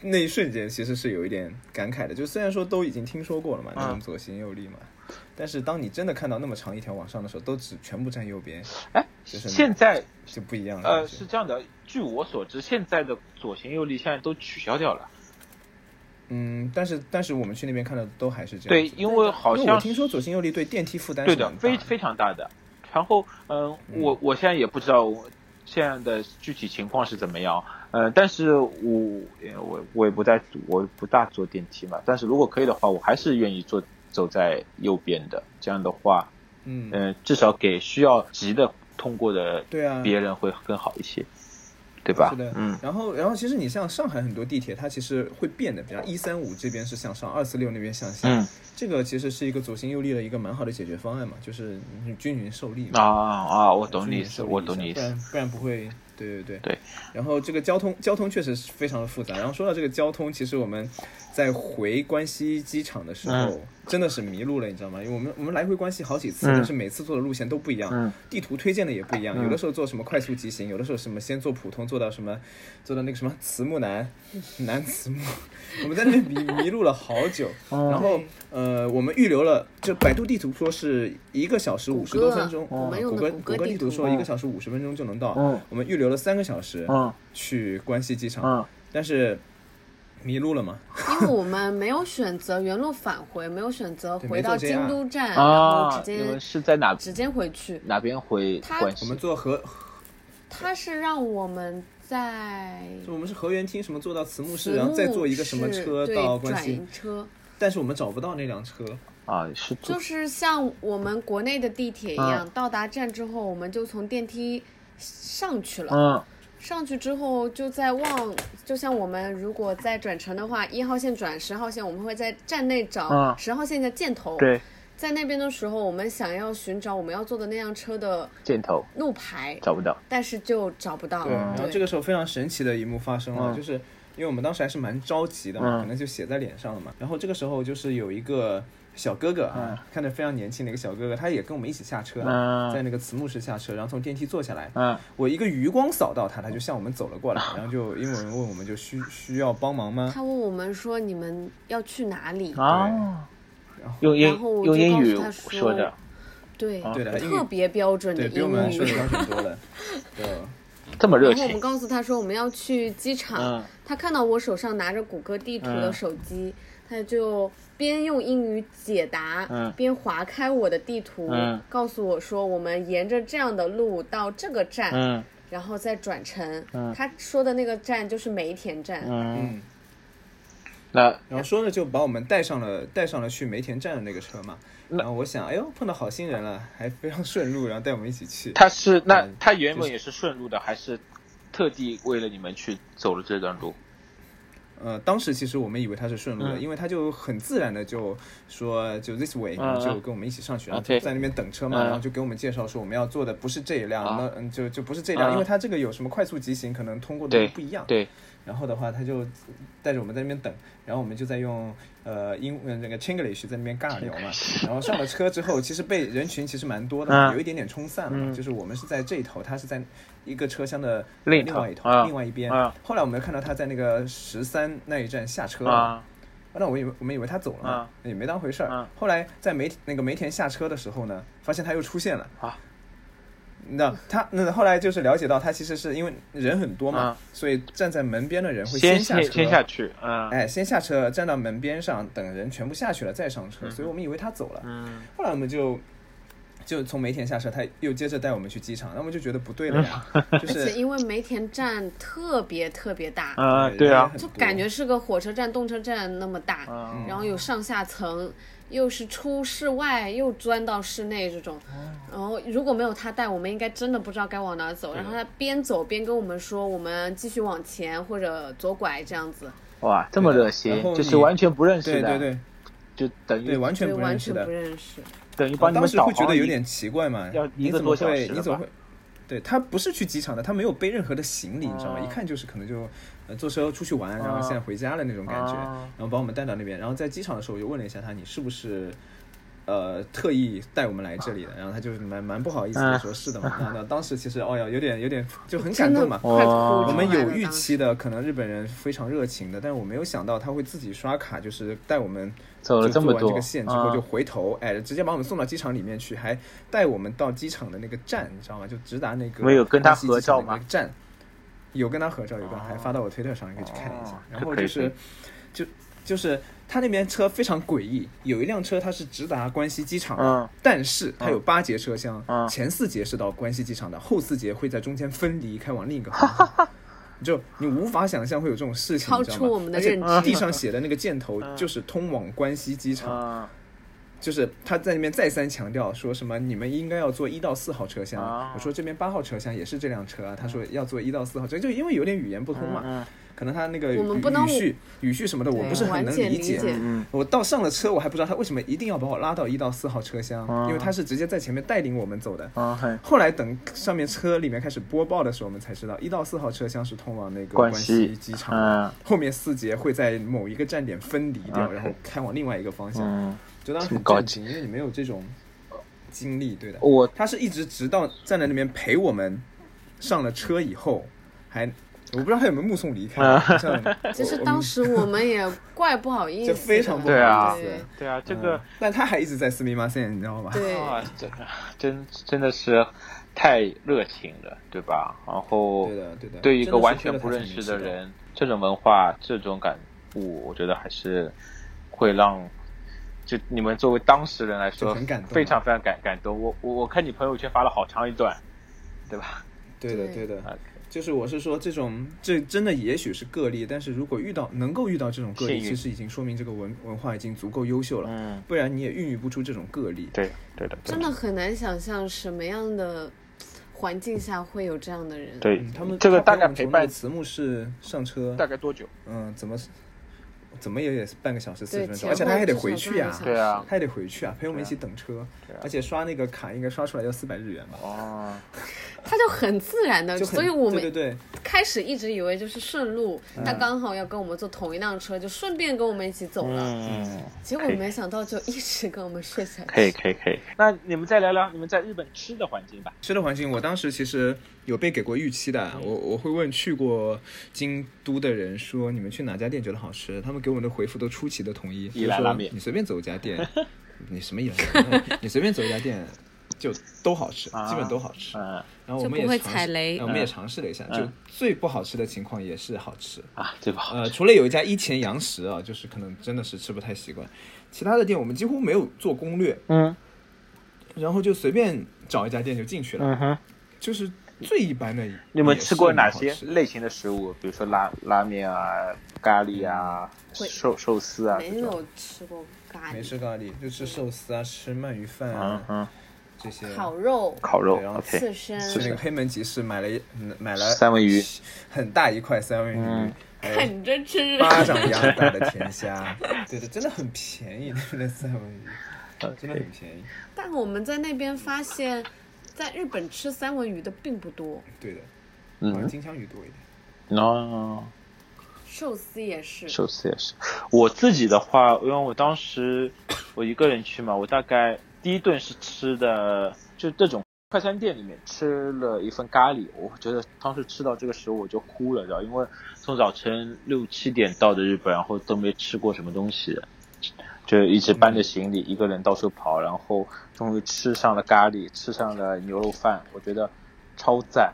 A: 那一瞬间其实是有一点感慨的。就虽然说都已经听说过了嘛，
B: 嗯
A: 那种左行右力嘛，但是当你真的看到那么长一条往上的时候，都只全部站右边，
B: 哎，
A: 就是嗯
B: 现在
A: 就不一样了。
B: 呃是这样的，据我所知，现在的左行右力现在都取消掉了。
A: 嗯，但是但是我们去那边看到的都还是这样
B: 对
A: 子。，
B: 因为好
A: 因为
B: 像
A: 我听说左行右力对电梯负担
B: 对
A: 是
B: 的，
A: 蛮大
B: 非非常大的。然后，嗯，我我现在也不知道现在的具体情况是怎么样，呃，但是我呃我我也不在，我不大坐电梯嘛。但是如果可以的话，我还是愿意坐走在右边的。这样的话，
A: 嗯，
B: 嗯、至少给需要急的通过的
A: 对啊，
B: 别人会更好一些，对吧？
A: 是的，
B: 嗯，
A: 然后，然后其实你像上海很多地铁，它其实会变的，比方一三五这边是向上，二四六那边向下，
B: 嗯
A: 这个其实是一个左行右力的一个蛮好的解决方案嘛，就是你均匀受力
B: 啊
A: 嘛。
B: 啊，我懂
A: 均
B: 你
A: 匀
B: 意思，
A: 受力
B: 我
A: 一
B: 懂
A: 下
B: 你意
A: 不
B: 思
A: 然。不然不会。对对对
B: 对。
A: 然后这个交通交通确实是非常的复杂。然后说到这个交通，其实我们在回关西机场的时候、
B: 嗯
A: 真的是迷路了，你知道吗？因为我们我们来回关西好几次，
B: 嗯
A: 但是每次坐的路线都不一样。
B: 嗯
A: 地图推荐的也不一样，
B: 嗯
A: 有的时候做什么快速急行，有的时候什么先做普通，做到什么，做到那个什么慈木南，南慈木， (laughs) 我们在那边迷迷路了好久。
B: 哦
A: 然后呃，我们预留了，就百度地图说是一个小时五十
C: 谷歌啊
A: 多分钟，
C: 我们用
A: 谷
C: 的
A: 歌
C: 谷歌
A: 谷歌地
C: 地图啊
A: 图说一个小时五十分钟就能到，
B: 哦嗯
A: 我们预留了三个小时
B: 嗯
A: 去关西机场，
B: 嗯
A: 但是迷路了嘛，
C: 因为我们没有选择原路返回，没有选择
A: 对
C: 回
A: 没
C: 到
A: 做
C: 京
A: JR
C: 都站，然后
B: 啊
C: 直，
B: 你
C: 接
B: 们是在哪
C: 直接回去。
B: 哪边回
C: 他
B: 关
A: 我
B: 西？
A: 们坐河，
C: 他是让我们在
A: 就我们是河源厅什么坐到慈木市，
C: 子
A: 然后再
C: 木
A: 坐一个什么
C: 市
A: 车
C: 对
A: 到关
C: 转
A: 西
C: 运，车，
A: 但是我们找不到那辆车。
B: 啊，是
C: 就
B: 坐
C: 是像我们国内的地铁一
B: 啊
C: 样，到达站之后，我们就从电梯上去了。
B: 嗯
C: 上去之后就在望，就像我们如果在转乘的话，一号线转十号线，我们会在站内
B: 嗯
C: 找十号线的箭头。，
B: 对
C: 在那边的时候，我们想要寻找我们要坐的那辆车的
B: 箭头
C: 路牌，
B: 找不到，
C: 但是就找不到。
A: 对，然后这个时候非常神奇的一幕发生了，
B: 嗯
A: 就是因为我们当时还是蛮着急的嘛，
B: 嗯
A: 可能就写在脸上了嘛。然后这个时候就是有一个小哥哥啊，
B: 嗯
A: 看着非常年轻的一个小哥哥，他也跟我们一起下车，啊
B: 嗯
A: 在那个慈木市下车，然后从电梯坐下来。
B: 嗯
A: 我一个余光扫到他，他就向我们走了过
B: 啊
A: 来，然后就因为有人问我们就需需要帮忙吗？
C: 他问我们说你们要去哪里？
A: 哦
B: 啊
A: 然后，
B: 用英
C: 然后我就
B: 用英语
C: 告诉他说
B: 说的，
C: 对，
A: 啊对的英语
C: 特别标准的
A: 对
C: 英
A: 比我们
C: 语
A: 说。的标准多
B: (laughs)
A: 了。对，
B: 这么热
C: 然后我们
B: 情，
C: 告诉他说我们要去机场，
B: 嗯
C: 他看到我手上拿着谷歌地图
A: 嗯
C: 的手机，他就边用英语解答，
B: 嗯
C: 边划开我的地图，
B: 嗯
C: 告诉我说我们沿着这样的路到这个站，
B: 嗯
C: 然后再转乘。
B: 嗯
C: 他说的那个站就是梅田站，
B: 嗯，
A: 嗯。
B: 那
A: 然后说着就把我们带上了带上了去梅田站的那个车嘛。
B: 那
A: 然后我想，哎呦，碰到好心人了，还非常顺路，然后带我们一起去。
B: 他是那
A: 嗯
B: 他原本也是顺路的，还是特地为了你们去走了这段路？
A: 呃，当时其实我们以为他是顺路的，
B: 嗯
A: 因为他就很自然的就说就 this way，、
B: 嗯嗯
A: 就跟我们一起上去，然后
B: OK
A: 就在那边等车嘛，
B: 嗯
A: 然后就给我们介绍说我们要坐的不是这一辆，
B: 啊
A: 那嗯就就不是这辆，
B: 嗯
A: 因为他这个有什么快速急行，可能通过的
B: 对
A: 路不一样。
B: 对，
A: 然后的话，他就带着我们在那边等，然后我们就在用呃英呃那个 Chinglish 在那边尬聊嘛。啊然后上了车之后，其实被人群其实蛮多的嘛，
B: 嗯
A: 有一点点冲散了嘛。
B: 嗯
A: 就是我们是在这一头，他是在一个车厢的
B: 另一头
A: 外一头，
B: 啊
A: 另外一边。
B: 啊
A: 后来我们看到他在那个十三那一站下车了嘛。
B: 啊
A: 那我以为我们以为他走了嘛，
B: 啊
A: 也没当回事儿。
B: 啊
A: 后来在梅那个梅田下车的时候呢，发现他又出现了。
B: 啊
A: 那他那后来就是了解到，他其实是因为人很多嘛，
B: 啊
A: 所以站在门边的人会
B: 先
A: 下车，
B: 先下去，嗯
A: 哎，先下车站到门边上，等人全部下去了再上车，所以我们以为他走了。
B: 嗯
A: 后来我们就就从梅田下车，他又接着带我们去机场，那我们就觉得不对了
B: (laughs)
A: 呀，就
C: 而且
A: 是
C: 因为梅田站特别特别大，
B: 啊，对啊，
C: 就感觉是个火车站、动车站那么大，
A: 啊
B: 嗯
C: 然后有上下层，又是出室外又钻到室内这种。
A: 啊
C: 然后如果没有他带，我们应该真的不知道该往哪走。然后他边走边跟我们说，我们继续往前或者左拐这样子，
B: 哇，这么热
A: 啊然
B: 心，
A: 后
B: 就是
A: 你
B: 完全不认识
A: 对
B: 的，
A: 对对
B: 就等
A: 对，
B: 于
A: 完
C: 所
A: 全
C: 以
A: 不
C: 完
A: 认识
C: 全不
A: 的。
C: 认识。
B: 等于
A: 我
B: 帮
A: 哦
B: 你
A: 当
B: 们
A: 时
B: 导
A: 会
B: 航，
A: 觉得有点奇怪嘛
B: 要，一
A: 你
B: 个
A: 怎么
B: 多小
A: 会
B: 时
A: 你
B: 了
A: 怎么
B: 吧
A: 会？对他不是去机场的，他没有背任何的行李，你知道吗？一
B: 啊
A: 看就是可能就，呃，坐车出去玩，然后现在
B: 啊
A: 回家了那种感觉，
B: 啊
A: 然后把我们带到那边，然后在机场的时候我就问了一下他，你是不是，呃，特意带我们来这里的？然后他就蛮蛮不好意思的
B: 啊
A: 说，是的嘛。那那当时其实哦呀，有点有点就很感动嘛，
C: 快哭
B: 哦
C: 出
A: 我们
C: 来
A: 有
C: 了
A: 预
C: 当时
A: 期的，可能日本人非常热情的，但是我没有想到他会自己刷卡，就是带我们
B: 走了
A: 就
B: 这么
A: 做完这
B: 多
A: 个线之后
B: 啊
A: 就回头，哎，直接把我们送到机场里面去，还带我们到机场的那个站，你知道吗？就直达那个
B: 没有跟他
A: 关西
B: 合
A: 机场
B: 照
A: 的那
B: 吗
A: 个站，有跟他合照，有跟他
B: 哦
A: 还发到我推特上，你可以去看一下
B: 哦。
A: 然
B: 这
A: 后
B: 可以
A: 就
B: 可以
A: 是就就是他那边车非常诡异，有一辆车它是直达关西机场的，
B: 嗯
A: 但是它有八节车厢，
B: 嗯
A: 前四节是到关西机场的，后四节会在中间分离开往另一个方向。就你无法想象会有这种事情，
C: 超
A: 你知道
C: 出
A: 吗
C: 我们的
A: 而且
C: 认知
A: 地上写的那个箭头
B: 嗯
A: 就是通往关西机场，
B: 啊，
A: 就是他在那边再三强调说什么你们应该要坐一到四号车厢。
B: 啊
A: 我说这边八号车厢也是这辆车啊，他说要坐一到四号车，就因为有点语言不通嘛，
B: 嗯
A: 可能他那个
C: 我们
A: 语
C: 不能
A: 语序语序什么的，我
C: 对
A: 不是很
C: 完
A: 能
C: 全理
A: 解。
C: 解
B: 嗯
A: 我到上了车，我还不知道他为什么一定要把我拉到一到四号车厢，
B: 啊
A: 因为他是直接在前面带领我们走的。
B: 嗯啊，很
A: 后来等上面车里面开始播报的时候，我们才知道一到四号车厢是通往那个
B: 关
A: 关
B: 西
A: 西机场的，
B: 嗯
A: 后面四节会在某一个站点分离掉，
B: OK
A: 然后开往另外一个方向。
B: 啊嗯，
A: 就当时
B: 挺
A: 很
B: 高
A: 震
B: 级
A: 惊，因为你没有这种经历，对的。
B: 我
A: 他是一直直到站在那边陪我们上了车以后，还我不知道他有没有目送离开，
B: 啊
A: 好
C: (laughs)
A: 像
C: 就是
A: 我
C: 当时我们也怪不好意思
A: 就
C: 的，
A: 非常不
B: 对啊
A: 好意思。
B: 对啊，这个
A: 嗯，但他还一直在斯密马线，你知道吧？
C: 对
B: (laughs) 啊，这个真真的是太热情了，对吧？然后
A: 对的，对的。
B: 对一
A: 真
B: 个
A: 的是
B: 完
A: 推
B: 全
A: 了
B: 不
A: 他才
B: 认
A: 能
B: 识
A: 知
B: 的
A: 道，
B: 人，这种文化、这种感悟，我觉得还是会让就你们作为当事人来说，
A: 就很感动啊
B: 非常非常感感动。我我我看你朋友圈发了好长一段，对吧？
A: 对的，
C: 对
A: 对的。
B: 啊，
A: 就是我是说，这种这真的也许是个例，但是如果遇到能够遇到这种个例，
B: 幸运
A: 其实已经说明这个文文化已经足够优秀了，
B: 嗯，
A: 不然你也孕育不出这种个例。
B: 对对的，对
C: 真的很难想象什么样的环境下会有这样的人。
B: 对
A: 嗯，他们
B: 这个
A: 他
B: 大
A: 陪我
B: 概
A: 们
B: 陪
A: 从那个
B: 伴
A: 慈木市上车，
B: 大概多久？
A: 嗯，怎么怎么也得半个小时四
C: 对
A: 十分钟，
C: 前
A: 而且他
C: 后
A: 还得
C: 至少
A: 回去啊
C: 半个小，时
B: 对啊
A: 他还得回去啊，陪我们一起等车
B: 对啊，
A: 而且刷那个卡应该刷出来要四百日元吧，
B: 哦，
C: 他就很自然的，
A: 就很
C: 所以我
A: 对嗯
C: 们
A: 对对，
C: 开始一直以为就是顺路，他刚好要跟我们坐同一辆车，就顺便跟我们一起走了。
B: 嗯，
C: 结果
B: 可以
C: 没想到就一直跟我们睡下去。
B: 可以可以可以。那你们再聊聊你们在日本吃的环境吧。
A: 吃的环境，我当时其实有被给过预期的，啊我我会问去过京都的人说你们去哪家店觉得好吃，他们给我们的回复都出奇的统一，
B: 伊兰拉面
A: 就是说你随便走一家
B: (laughs)
A: 店，你什么伊兰拉面，你随便走一家店就都好吃，
B: 啊
A: 基本都好吃。
B: 嗯
A: 然后我们
C: 就
A: 也
C: 不会
A: 尝试
C: 踩雷
A: 呃我们也尝试了一下，就最不好吃的情况也是好吃。
B: 啊，对吧？
A: 呃，除了有一家一钱洋食啊，就是可能真的是吃不太习惯，其他的店我们几乎没有做攻略，
B: 嗯
A: 然后就随便找一家店就进去了。
B: 嗯哼。
A: 就是最一般的。
B: 你们吃过哪些
A: 也是蛮好吃的
B: 类型的食物？比如说拉拉面啊、咖喱啊、
C: 嗯会
B: 寿寿司啊
C: 没
B: 这种。
C: 有吃过咖
A: 没
C: 喱
A: 吃咖喱，就吃寿司啊，吃鳗鱼饭
B: 嗯
A: 啊
B: 嗯，
A: 这些。
C: 烤肉、
B: 烤肉
A: 对然后
C: 刺
B: OK，
C: 身，
A: 去那个黑门集市买了一嗯买了
B: 三文鱼，
A: (laughs) 很大一块三文鱼，
B: 嗯
A: 还有
C: 啃着吃。
A: 巴掌一样大的甜虾。对的，真的很便宜，那个三文鱼。真的很便宜，
C: 但我们在那边发现，在日本吃三文鱼的并不多，
A: 对的，好像
B: 嗯，
A: 金枪鱼多一点。
B: 哦，
C: 寿司也是。
B: 寿司也是。我自己的话，因为我当时我一个人去嘛，我大概第一顿是吃的，就这种快餐店里面吃了一份咖喱，我觉得当时吃到这个食物我就哭了，知道？因为从早晨六七点到的日本，然后都没吃过什么东西，就一直搬着行李一个人到处跑，然后终于吃上了咖喱，吃上了牛肉饭，我觉得超赞，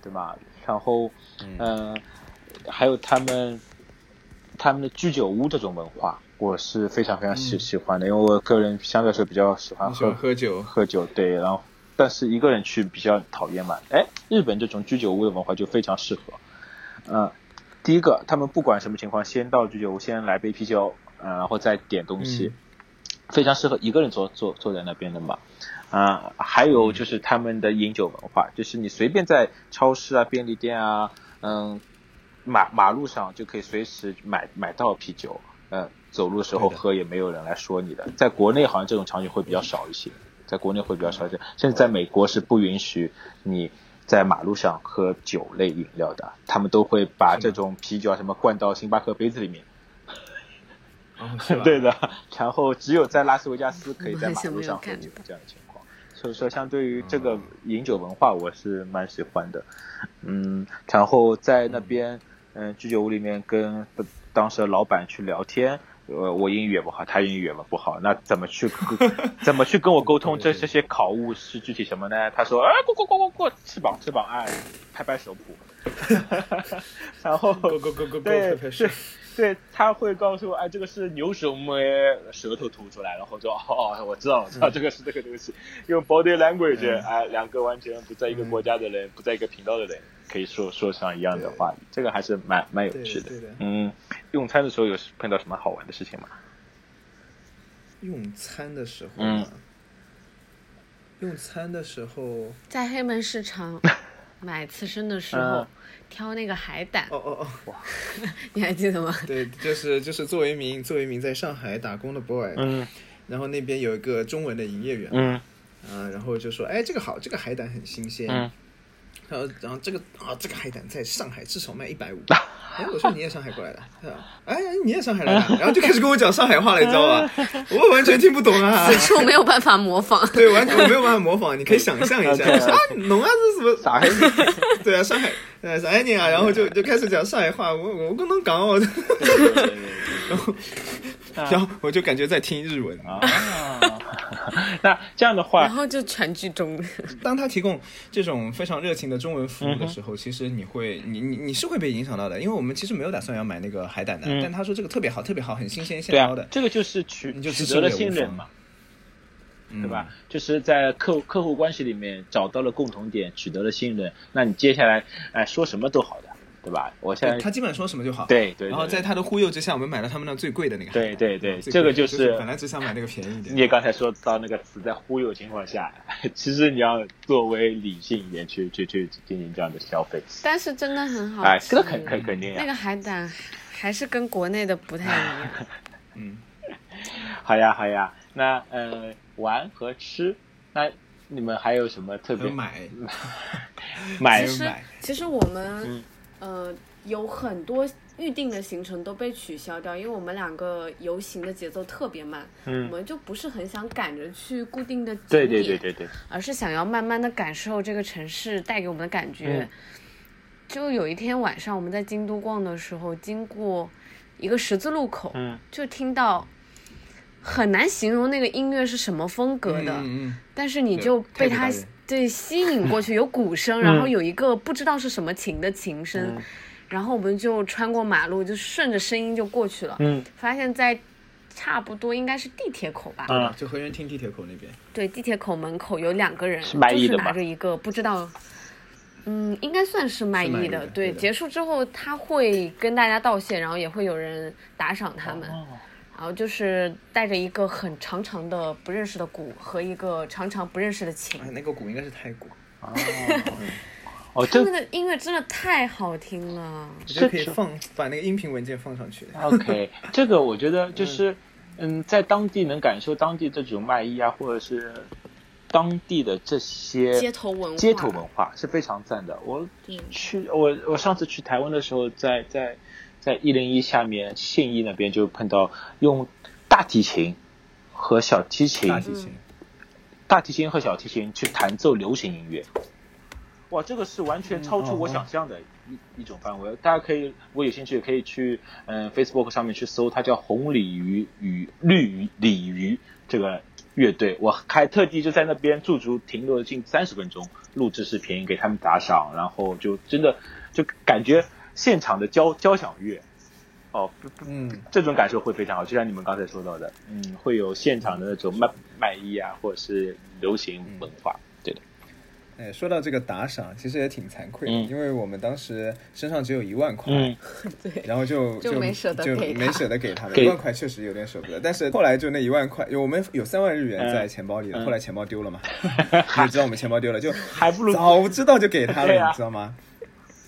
B: 对吧？然后，呃嗯、还有他们他们的居酒屋这种文化，我是非常非常喜喜欢的，因为我个人相对来说比较喜
A: 嗯
B: 欢
A: 你喜欢
B: 啊喝
A: 喝
B: (laughs)
A: 酒，
B: 喝酒，对，然后但是一个人去比较讨厌嘛。哎，日本这种居酒屋的文化就非常适合。嗯、第一个，他们不管什么情况，先到居酒屋，先来杯啤酒，嗯、然后再点东西，
A: 嗯
B: 非常适合一个人坐坐坐在那边的嘛。啊、还
A: 嗯
B: 有就是他们的饮酒文化，就是你随便在超市啊、便利店啊，嗯，马马路上就可以随时买买到啤酒，嗯，走路的时候
A: 对的
B: 喝也没有人来说你的。在国内好像这种场景会比较少一些，在国内会比较少一些，甚至在美国是不允许你在马路上喝酒类饮料的，他们都会把这种啤酒啊什么灌到星巴克杯子里面。
A: 哦是吧？
B: 对
A: (laughs)
B: 的，然后只有在拉斯维加斯可以在马路上喝
C: 我好像没
B: 酒
C: 有看
B: 这样的情况，所以说相对于这个饮酒文化，我是蛮喜欢的。嗯，然后在那边，嗯，居酒屋里面跟当时的老板去聊天。呃，我英语也不好，他英语也不好，那怎么去怎么去跟我沟通这这些考物是具体什么呢？他说，啊，过过过过过，翅膀翅膀，哎，拍拍手谱，然后
A: Go go
B: (laughs)
A: go go go，
B: 对
A: 拍拍手
B: 对对，他会告诉我，哎，这个是牛什么舌头吐出来，然后说， (laughs) 哦，我知道，我知道，这个是这个东西。用 body language，、
A: 嗯
B: 哎，两个完全不在一个国家的人，不在一个频道的人，可以说说上一样的话，这个还是蛮蛮有
A: 对
B: 趣
A: 的
B: 的。
A: 对的。
B: 嗯，用餐的时候有碰到什么好玩的事情吗？
A: 用餐的时候
B: 嗯
A: 嘛，用餐的时候，哦
C: 在黑门市
B: (laughs)
C: 场买刺身的时候
B: 嗯，
C: 挑那个海胆，
A: 哦哦，
C: 你还记得吗？ (laughs)
A: 对，就是就是作为一名作为一名在上海打工的 boy，
B: 嗯
A: 然后那边有一个中文的营业员，
B: 嗯
A: 啊，然后就说，哎，这个好，这个海胆很新鲜，
B: 嗯
A: 然后然后这个啊，这个海胆在上海至少卖一百五。哎，我说你也上海过来的，他说哎，你也上海来的，然后就开始跟我讲上海话了，你知道吧？我完全听不懂啊
C: 此，处没有办法模
B: (laughs)
C: 仿。
A: 对，完全我没有办法模仿，你可以想象一下，
B: 对
A: 就是啊，侬啊是什么？
B: 啥 (laughs) 还是
A: 对啊，上海，呃，啥人啊？然后就就开始讲上海话，我我跟侬讲哦，
B: (laughs)
A: (laughs) 然后我就感觉在听日文。
B: 啊？ (laughs) 那这样的
A: (laughs)
C: 然
B: 话，
C: 后就全剧终。
A: 当他提供这种非常热情的中文服务
B: 嗯
A: 的时候，其实你会，你你你是会被影响到的，因为我们其实没有打算要买那个海胆的，
B: 嗯
A: 但他说这个特别好，特别好，很新鲜，现
B: 对啊
A: 捞的，，
B: 这个就是取
A: 你就
B: 取
A: 支持
B: 得了
A: 我也无
B: 信任
A: 妨
B: 嘛。
A: 对嗯
B: 对吧？？就是在客户客户关系里面找到了共同点，取得了信任，那你接下来哎说什么都好的，对吧？我现
A: 对
B: 在
A: 他基本上说什么就好。。
B: 对对对，
A: 然后在他的忽悠之下，我们买了他们那最贵的那个海胆。
B: 对对对，
A: 最贵的
B: 这个
A: 就
B: 就是
A: 本来只想买那个便宜一
B: 你
A: 点。
B: 也刚才说到那个词，在忽悠情况下， (laughs) 其实你要作为理性一点去去去进行这样的消费，
C: 但是真的很好
B: 哎，
C: 吃，
B: 这肯肯肯定啊
C: 那
B: 呀，
C: 个海胆还是跟国内的不太一样。
B: (laughs)
A: 嗯，
B: 好呀好呀，那呃玩和吃，那你们还有什么特
A: 还有
B: 别
A: 买，
B: 买
C: 其实
A: 买
C: 其实我们
B: 嗯，
C: 呃，有很多预定的行程都被取消掉，因为我们两个游行的节奏特别慢，我
B: 嗯，
C: 们就不是很想赶着去固定的景
B: 对
C: 点，
B: 对对对对，
C: 而是想要慢慢的感受这个城市带给我们的感觉。
B: 嗯
C: 就有一天晚上我们在京都逛的时候，经过一个十字路口，
B: 嗯
C: 就听到很难形容那个音乐是什么风格的，
A: 嗯嗯
C: 但是你
A: 对
C: 就
A: 太
C: 被
A: 不
C: 它
A: 搭人
C: 对吸引过去，有鼓
B: (laughs)
C: 声，然后有一个不知道是什么琴的琴声，
B: 嗯
C: 然后我们就穿过马路，就顺着声音就过去了，
B: 嗯
C: 发现在差不多应该是地铁口吧，
A: 嗯
B: 啊，
A: 就河源厅地铁口那边。
C: 对，地铁口门口有两个人，
B: 是卖艺的
C: 就是
B: 吧
C: 拿着一个不知道，嗯，应该算是卖艺
A: 是
C: 的。
A: 卖艺的
C: 对，
A: 对的
C: 结束之后他会跟大家道谢，然后也会有人打赏他
B: 嗯
C: 们。然后就是带着一个很长长的不认识的鼓和一个长长不认识的琴
A: 啊，，那个鼓应该是泰国，
B: 哦，哦
C: 他
B: 这
C: 们的音乐真的太好听了。
A: 我觉得可以
B: 是
A: 放把那个音频文件放上去的。
C: (laughs)
B: OK，这个我觉得就是，嗯，在当地能感受当地这种卖艺啊，或者是当地的这些
C: 街头文化，
B: 呃
C: 嗯
B: 街头文化是非常赞的。我
C: 对
B: 去，我我上次去台湾的时候，在在在一零一下面信义那边就碰到用大提琴和小提琴，
A: 大提琴，
B: 大提琴和小提琴去弹奏流行音乐。嗯哦哇，这个是完全超出我想象的一、一种范围。大家可以，如果有兴趣，可以去嗯、呃 Facebook 上面去搜，它叫红鲤鱼与绿鱼鲤鱼这个乐队。我还特地就在那边驻足停留了近三十分钟，录制视频给他们打赏，然后就真的就感觉现场的交交响乐哦，不不
A: 嗯，
B: 这种感受会非常好，就像你们刚才说到的，嗯，会有现场的那种卖卖艺啊，或者是流行文化，对的，
A: 哎，说到这个打赏，其实也挺惭愧的，
B: 嗯
A: 因为我们当时身上只有一万块，
B: 嗯
C: 对，
A: 然后就
C: 就没舍得
A: 就
C: 给他
A: 没舍得给他们
B: 给
A: 一万块，确实有点舍不得。但是后来就那一万块，我们有三万日元在钱包里了，
B: 嗯
A: 后来钱包丢了
B: (laughs)
A: 嘛，你也知道我们钱包丢了，就
B: 还不如
A: 早知道就给他了，
B: 对啊
A: 你知道吗？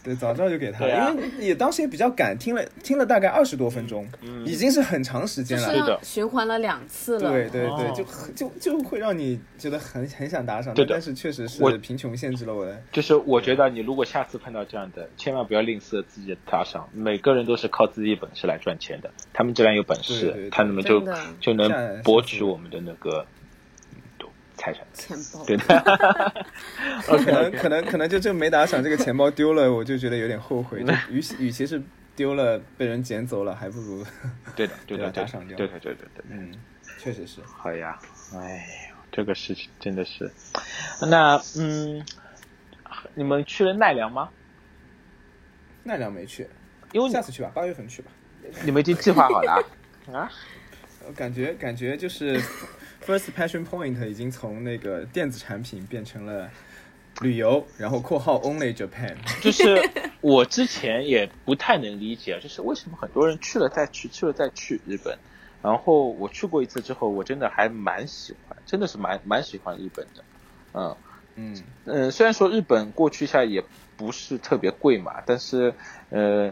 A: 对，早知道就给他
B: 对
A: 了，
B: 啊
A: 因为也当时也比较赶，听了听了大概二十多分钟，
B: 嗯
A: 已经是很长时
C: 就
A: 间了。
C: 是
B: 是的
C: 让循环了两次了。
A: 对对
B: 哦
A: 对，就很就就会让你觉得很很想打赏，
B: 对的
A: 但是确实
B: 我
A: 是贫穷限制了我的。
B: 就是我觉得你如果下次碰到这样的，千万不要吝啬自己的打赏。每个人都是靠自己本事来赚钱的，他们既然有本事，
A: 对对对
B: 他们就
C: 真
A: 下
C: 的
B: 就
A: 来是
B: 能博取
A: 是
B: 我们的那个嗯财
A: (laughs)
B: 产。
C: 钱包
B: 对 (laughs) 的
A: 可 (laughs) 能可能可能就这没打赏，这个钱包丢了，我就觉得有点后悔。就与其与其是丢了被人捡走了，还不如
B: 对的，对的，
A: 要
B: 对
A: 打
B: 的，
A: 赏掉
B: 对的，对的，对的。
A: 嗯，确实是。
B: 好呀，哎呦，这个事情真的是，那嗯，你们去了奈良吗？
A: 奈良没去，
B: 因为你
A: 下次去吧，八月份去吧。
B: 你们已经计划好了啊？啊
A: 呃感觉感觉就是 first passion point 已经从那个电子产品变成了旅游，然后括号 only Japan。
B: 就是我之前也不太能理解，啊就是为什么很多人去了再去，去了再去日本。然后我去过一次之后，我真的还蛮喜欢，真的是蛮蛮喜欢日本的。嗯
A: 嗯，
B: 嗯，虽然说日本过去一下也不是特别贵嘛，但是呃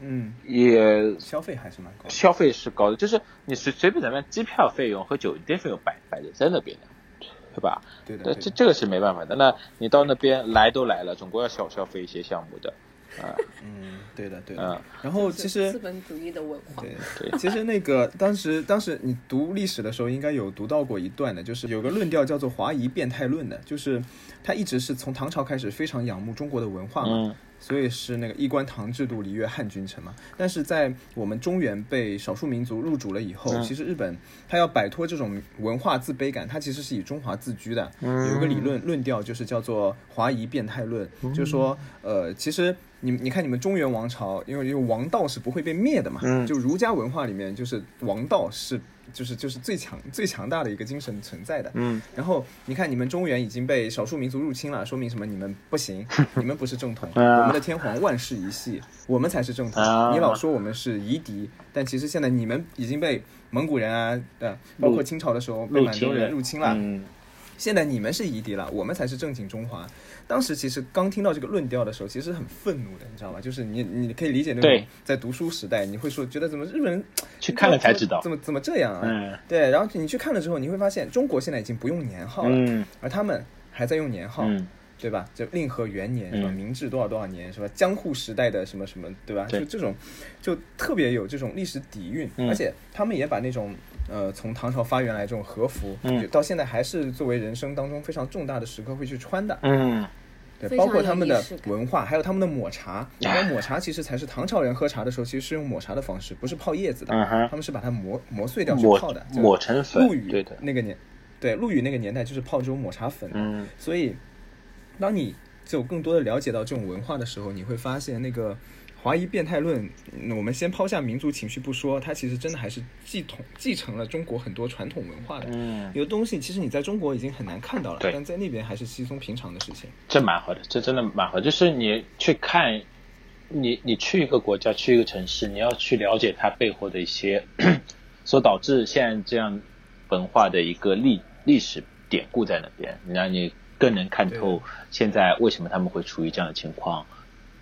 A: 嗯，
B: 也
A: 消费还是蛮高的。
B: 消费是高的，就是你随随便咱们机票费用和酒店费用摆摆着在那边的，对吧？
A: 对的，
B: 呃，
A: 对的
B: 这这个是没办法的。那你到那边来都来了，总归要小消费一些项目的。啊、
A: 嗯，对的，对
B: 嗯
A: 的。然后其实
C: 资本主义的文化，
A: 对
B: 对
A: 其实那个当时当时你读历史的时候，应该有读到过一段的，就是有个论调叫做“华夷变态论”的，就是他一直是从唐朝开始非常仰慕中国的文化嘛，
B: 嗯
A: 所以是那个一官堂制度，礼乐汉君臣嘛。但是在我们中原被少数民族入主了以后，
B: 嗯
A: 其实日本它要摆脱这种文化自卑感，它其实是以中华自居的。
B: 嗯
A: 有一个理论论调就是叫做华夷变态论，
B: 嗯
A: 就是说，呃，其实你你看你们中原王朝，因为因为王道是不会被灭的嘛，
B: 嗯
A: 就儒家文化里面就是王道是就是就是最强最强大的一个精神存在的。
B: 嗯，
A: 然后你看，你们中原已经被少数民族入侵了，说明什么？你们不
B: (laughs)
A: 行，你们不是正统。我
B: 啊
A: 们的天皇万世一系，我们才是正统
B: 啊。
A: 你老说我们是夷狄，但其实现在你们已经被蒙古人啊，呃，包括清朝的时候被
B: 入
A: 满
B: 侵
A: 洲
B: 了
A: 人入侵了。
B: 嗯
A: 现在你们是夷狄了，我们才是正经中华。当时其实刚听到这个论调的时候，其实很愤怒的，你知道吗？就是你你可以理解那
B: 对
A: 种在读书时代，你会说觉得怎么日本人
B: 去看了才知道
A: 怎么怎么怎么这样啊？
B: 嗯
A: 对，然后你去看了之后，你会发现中国现在已经不用年号了，
B: 嗯
A: 而他们还在用年号，
B: 嗯
A: 对吧？就令和元年什么
B: 嗯
A: 明治多少多少年什么江户时代的什么什么，对吧？
B: 对
A: 就这种，就特别有这种历史底蕴，
B: 嗯
A: 而且他们也把那种呃从唐朝发源来这种和服，
B: 嗯
A: 就到现在还是作为人生当中非常重大的时刻会去穿的，
B: 嗯
A: 对，
C: 非
A: 包
C: 常
A: 括他们
C: 有
A: 的
C: 仪式感
A: 文化，还有他们的抹茶，
B: 呀
A: 然后抹茶其实才是唐朝人喝茶的时候其实是用抹茶的方式，不是泡叶子的，
B: 嗯哼
A: 他们是把它磨磨碎掉去
B: 抹
A: 泡的，就
B: 抹成
A: 陆
B: 粉，
A: 羽
B: 对的，
A: 那个年，对陆羽那个年代就是泡这种抹茶粉，
B: 嗯
A: 所以当你就更多的了解到这种文化的时候，你会发现那个华夷变态论，嗯我们先抛下民族情绪不说，它其实真的还是继统继承了中国很多传统文化的。
B: 嗯，
A: 有的东西其实你在中国已经很难看到了
B: 对，
A: 但在那边还是稀松平常的事情。
B: 这蛮好的，这真的蛮好。就是你去看，你你去一个国家，去一个城市，你要去了解它背后的一些所导致现在这样文化的一个历历史典故在那边，让你更能看透现在为什么他们会处于这样的情况，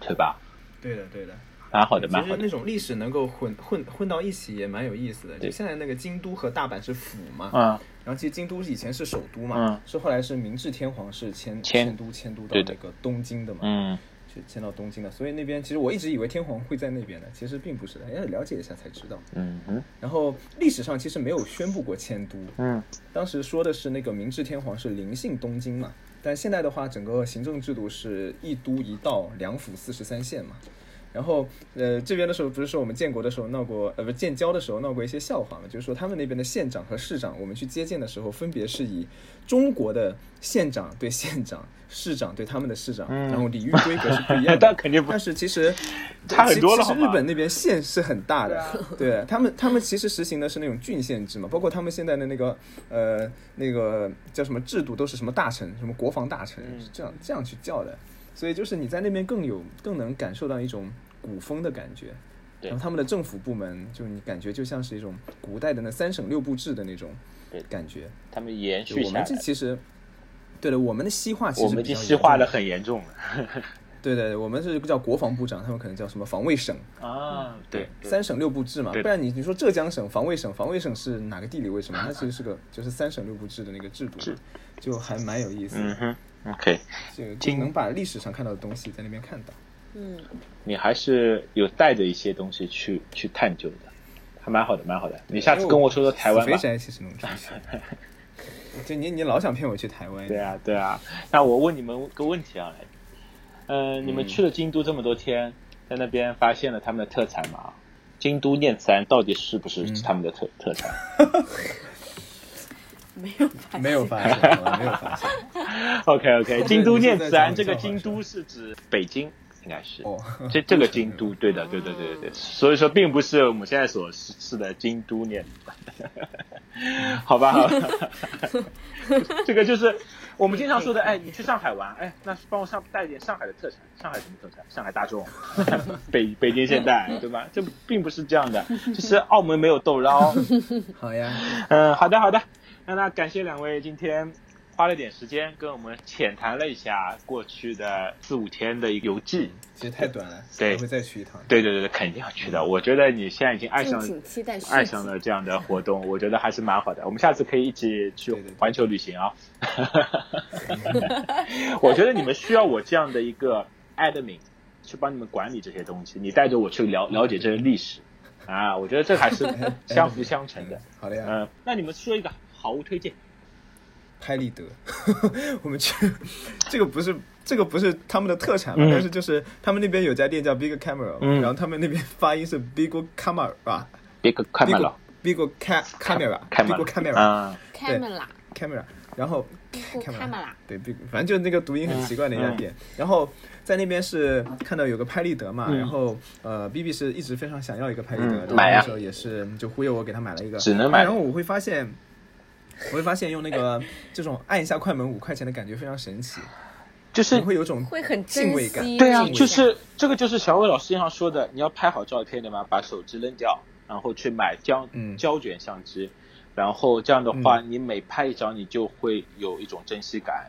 B: 对吧？
A: 对的，对的。
B: 蛮好的，蛮
A: 其
B: 好
A: 实
B: 的
A: 那。种历史能够混混混到一起也蛮有意思的。
B: 对
A: 就现在那个京都和大阪是府嘛，
B: 嗯
A: 然后其实京都以前是首都嘛，
B: 嗯
A: 是后来是明治天皇是迁
B: 迁
A: 都迁都到
B: 对的
A: 那个东京的嘛，
B: 嗯，
A: 是迁到东京的，所以那边其实我一直以为天皇会在那边的，其实并不是的，要了解一下才知道。
B: 嗯嗯
A: 然后历史上其实没有宣布过迁都，
B: 嗯
A: 当时说的是那个明治天皇是临幸东京嘛，但现在的话，整个行政制度是一都一道两府四十三县嘛。然后呃这边的时候不是说我们建国的时候闹过呃不是建交的时候闹过一些笑话嘛，就是说他们那边的县长和市长，我们去接见的时候，分别是以中国的县长对县长、市长对他们的市长，然后礼遇规格是不一样的。
B: (laughs) 但肯定
A: (laughs)
B: 不
A: 但是其实
B: (laughs) 差很
A: 其
B: 多了
A: 其实
B: 好吗
A: 日本那边县是很大的，对他们，他们其实实行的是那种郡县制嘛，包括他们现在的那个呃那个叫什么制度，都是什么大臣，什么国防大臣，
B: 嗯
A: 是这样这样去叫的。所以就是你在那边更有更能感受到一种古风的感觉。
B: 对
A: 然后他们的政府部门，就你感觉就像是一种古代的那三省六部制的那种
B: 对
A: 感觉。
B: 他们延
A: 就
B: 续
A: 我
B: 下
A: 们
B: 来
A: 这，其实，对的，我们的西化其实
B: 我们已
A: 比
B: 经
A: 较
B: 西
A: 严
B: 化
A: 重
B: 的很严重了
A: 对对，对我们是叫国防部长，他们可能叫什么防卫省，
B: 啊，对，
A: 三省六部制嘛。
B: 对的
A: 不然你你说浙江省防卫省，防卫省是哪个地理位置嘛？它其实是个就是三省六部制的那个制度嘛，就还蛮有意思
B: 嗯
A: 的，
B: 哼，OK，
A: 就就
B: 今
A: 能把历史上看到的东西在那边看到。
C: 嗯，
B: 你还是有带着一些东西去去探究的，还蛮好的，蛮好的。你下次
A: 因为
B: 跟我说说台湾
A: 哎死肥
B: 吧。
A: 宅其实能出
B: (laughs)
A: 去。就你你老想骗我去台湾，
B: 对啊，对啊。那我问你们个问题啊，嗯、你们去了京都这么多天，在那边发现了他们的特产吗？京都念慈庵到底是不
A: 嗯
B: 是他们的特、特产？ (laughs)
C: 没有发现
A: 没有发现，好吧没有发现。
B: OK OK，京都念慈庵
A: (laughs) 你是
B: 这
A: 在
B: 个
A: 讲
B: 京都是指北京，应该是
A: 哦
B: 这这个京都，对的对的对的对的，所以说并不是我们现在所是是的京都念， (laughs) 好吧好吧，这个就是我们经常说的，哎，你去上海玩，哎，那帮我上带一点上海的特产，上海什么特产？上海大众， (laughs) 北北京现代，对吧？这并不是这样的，就是澳门没有豆捞，
A: 好呀，
B: 嗯，好的好的，那那感谢两位今天花了点时间跟我们浅谈了一下过去的四五天的一个游记。
A: 其实太短了，
B: 对
A: 还会再去一趟。
B: 对对对对，肯定要去的。我觉得你现在已经爱
C: 敬
B: 上
C: 请期待续
B: 爱
C: 集
B: 上了这样的活动，我觉得还是蛮好的。我们下次可以一起去
A: 对对对
B: 环球
A: (laughs)
B: 旅行啊！我觉得你们需要我这样的一个 admin 去帮你们管理这些东西，你带着我去了了解这些历史啊，我觉得这还是相辅相成的
A: 嗯。好的呀。
B: 嗯，那你们说一个好物推荐。
A: 拍立得， (laughs) 我们去，这个不是这个不是他们的特产嘛，
B: 嗯
A: 但是就是他们那边有家店叫 Big Camera，、
B: 嗯
A: 然后他们那边发音是 Big Camera，Big
B: 别个看麦了，
A: Big Ca Camera，Big
B: 开麦
A: Camera
B: 啊，
C: 开门啦，
A: Camera，然后
C: 不开门啦，
A: 对 Big，反正就那个读
B: 嗯
A: 音很奇怪的一家店，然后。在那边是看到有个拍立得嘛，
B: 嗯
A: 然后呃，B B 是一直非常想要一个拍立得，
B: 嗯
A: 然后
B: 买啊
A: 那时候也是就忽悠我给他买了一个，
B: 只能买
A: 然后我会发现，我会发现用那个这种按一下快门五块钱的感觉非常神奇，
B: 就是
A: 你会有种
C: 会很
A: 敬
C: 珍
A: 畏感。
C: 惜。
B: 对啊，
C: 敬畏
B: 就
C: 感
B: 是这个就是小伟老师经常说的，你要拍好照片对吗？把手机扔掉，然后去买胶
A: 嗯
B: 胶卷相机，然后这样的话，你每拍一张，你就会有一种珍惜感。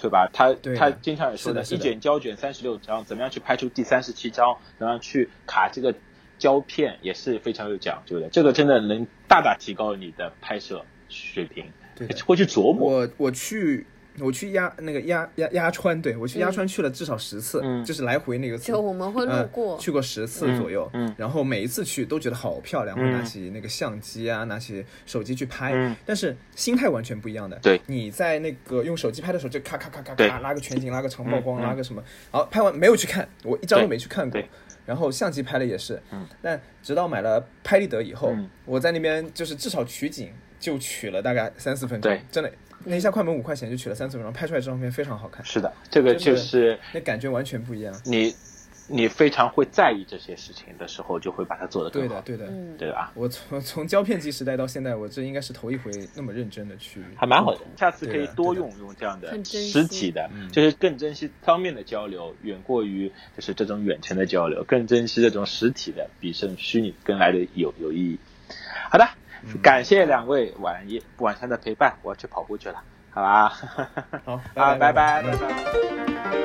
B: 对吧？他
A: 对的
B: 他经常也说
A: 是的是
B: 一
A: 的
B: 卷胶卷三十六张，怎么样去拍出第三十七张，怎么样去卡这个胶片，也是非常有讲究的。这个真的能大大提高你的拍摄水平，
A: 对的
B: 会去琢磨。
A: 我我去我去鸭那个鸭鸭鸭川，对我去鸭川去了至少十次，
B: 嗯
A: 就是来回那个
C: 嗯就我们会路
A: 呃
C: 过，
A: 去过十次左右，
B: 嗯嗯
A: 然后每一次去都觉得好漂亮，
B: 嗯
A: 会拿起那个相机啊，拿起手机去拍，
B: 嗯
A: 但是心态完全不一样的。
B: 对
A: 你在那个用手机拍的时候，就咔咔咔咔
B: 对
A: 咔拉个全景，拉个长曝光，
B: 嗯嗯
A: 拉个什么，然后拍完没有去看，我一张都
B: 对
A: 没去看过
B: 对。
A: 然后相机拍的也是，
B: 嗯
A: 但直到买了拍立得以后，
B: 嗯
A: 我在那边就是至少取景就取了大概三四分钟
B: 对，
A: 真的，那一下快门五块钱就取了三四分钟，拍出来这张照片非常好看，
B: 是的，这个
A: 真
B: 就
A: 的
B: 是
A: 那感觉完全不一样。
B: 你你非常会在意这些事情的时候，就会把它做得
A: 对
B: 更
A: 的，
B: 好，
A: 对的，
C: 嗯，
B: 对吧？
A: 我从从胶片机时代到现在，我这应该是头一回那么认真的去，
B: 还蛮好的，下次可以
A: 嗯对的嗯
B: 多用用这样的
C: 很珍惜
B: 实体的，就是更珍惜当面的交流，远过于就是这种远程的交流，更珍惜这种实体的，比这种虚拟更来的有有意义。好的，
A: 嗯
B: 感谢两位晚夜晚上的陪伴，我要去跑步去了，好吧？ (laughs)
A: 好，
B: 啊，
A: 拜
B: 拜拜拜。拜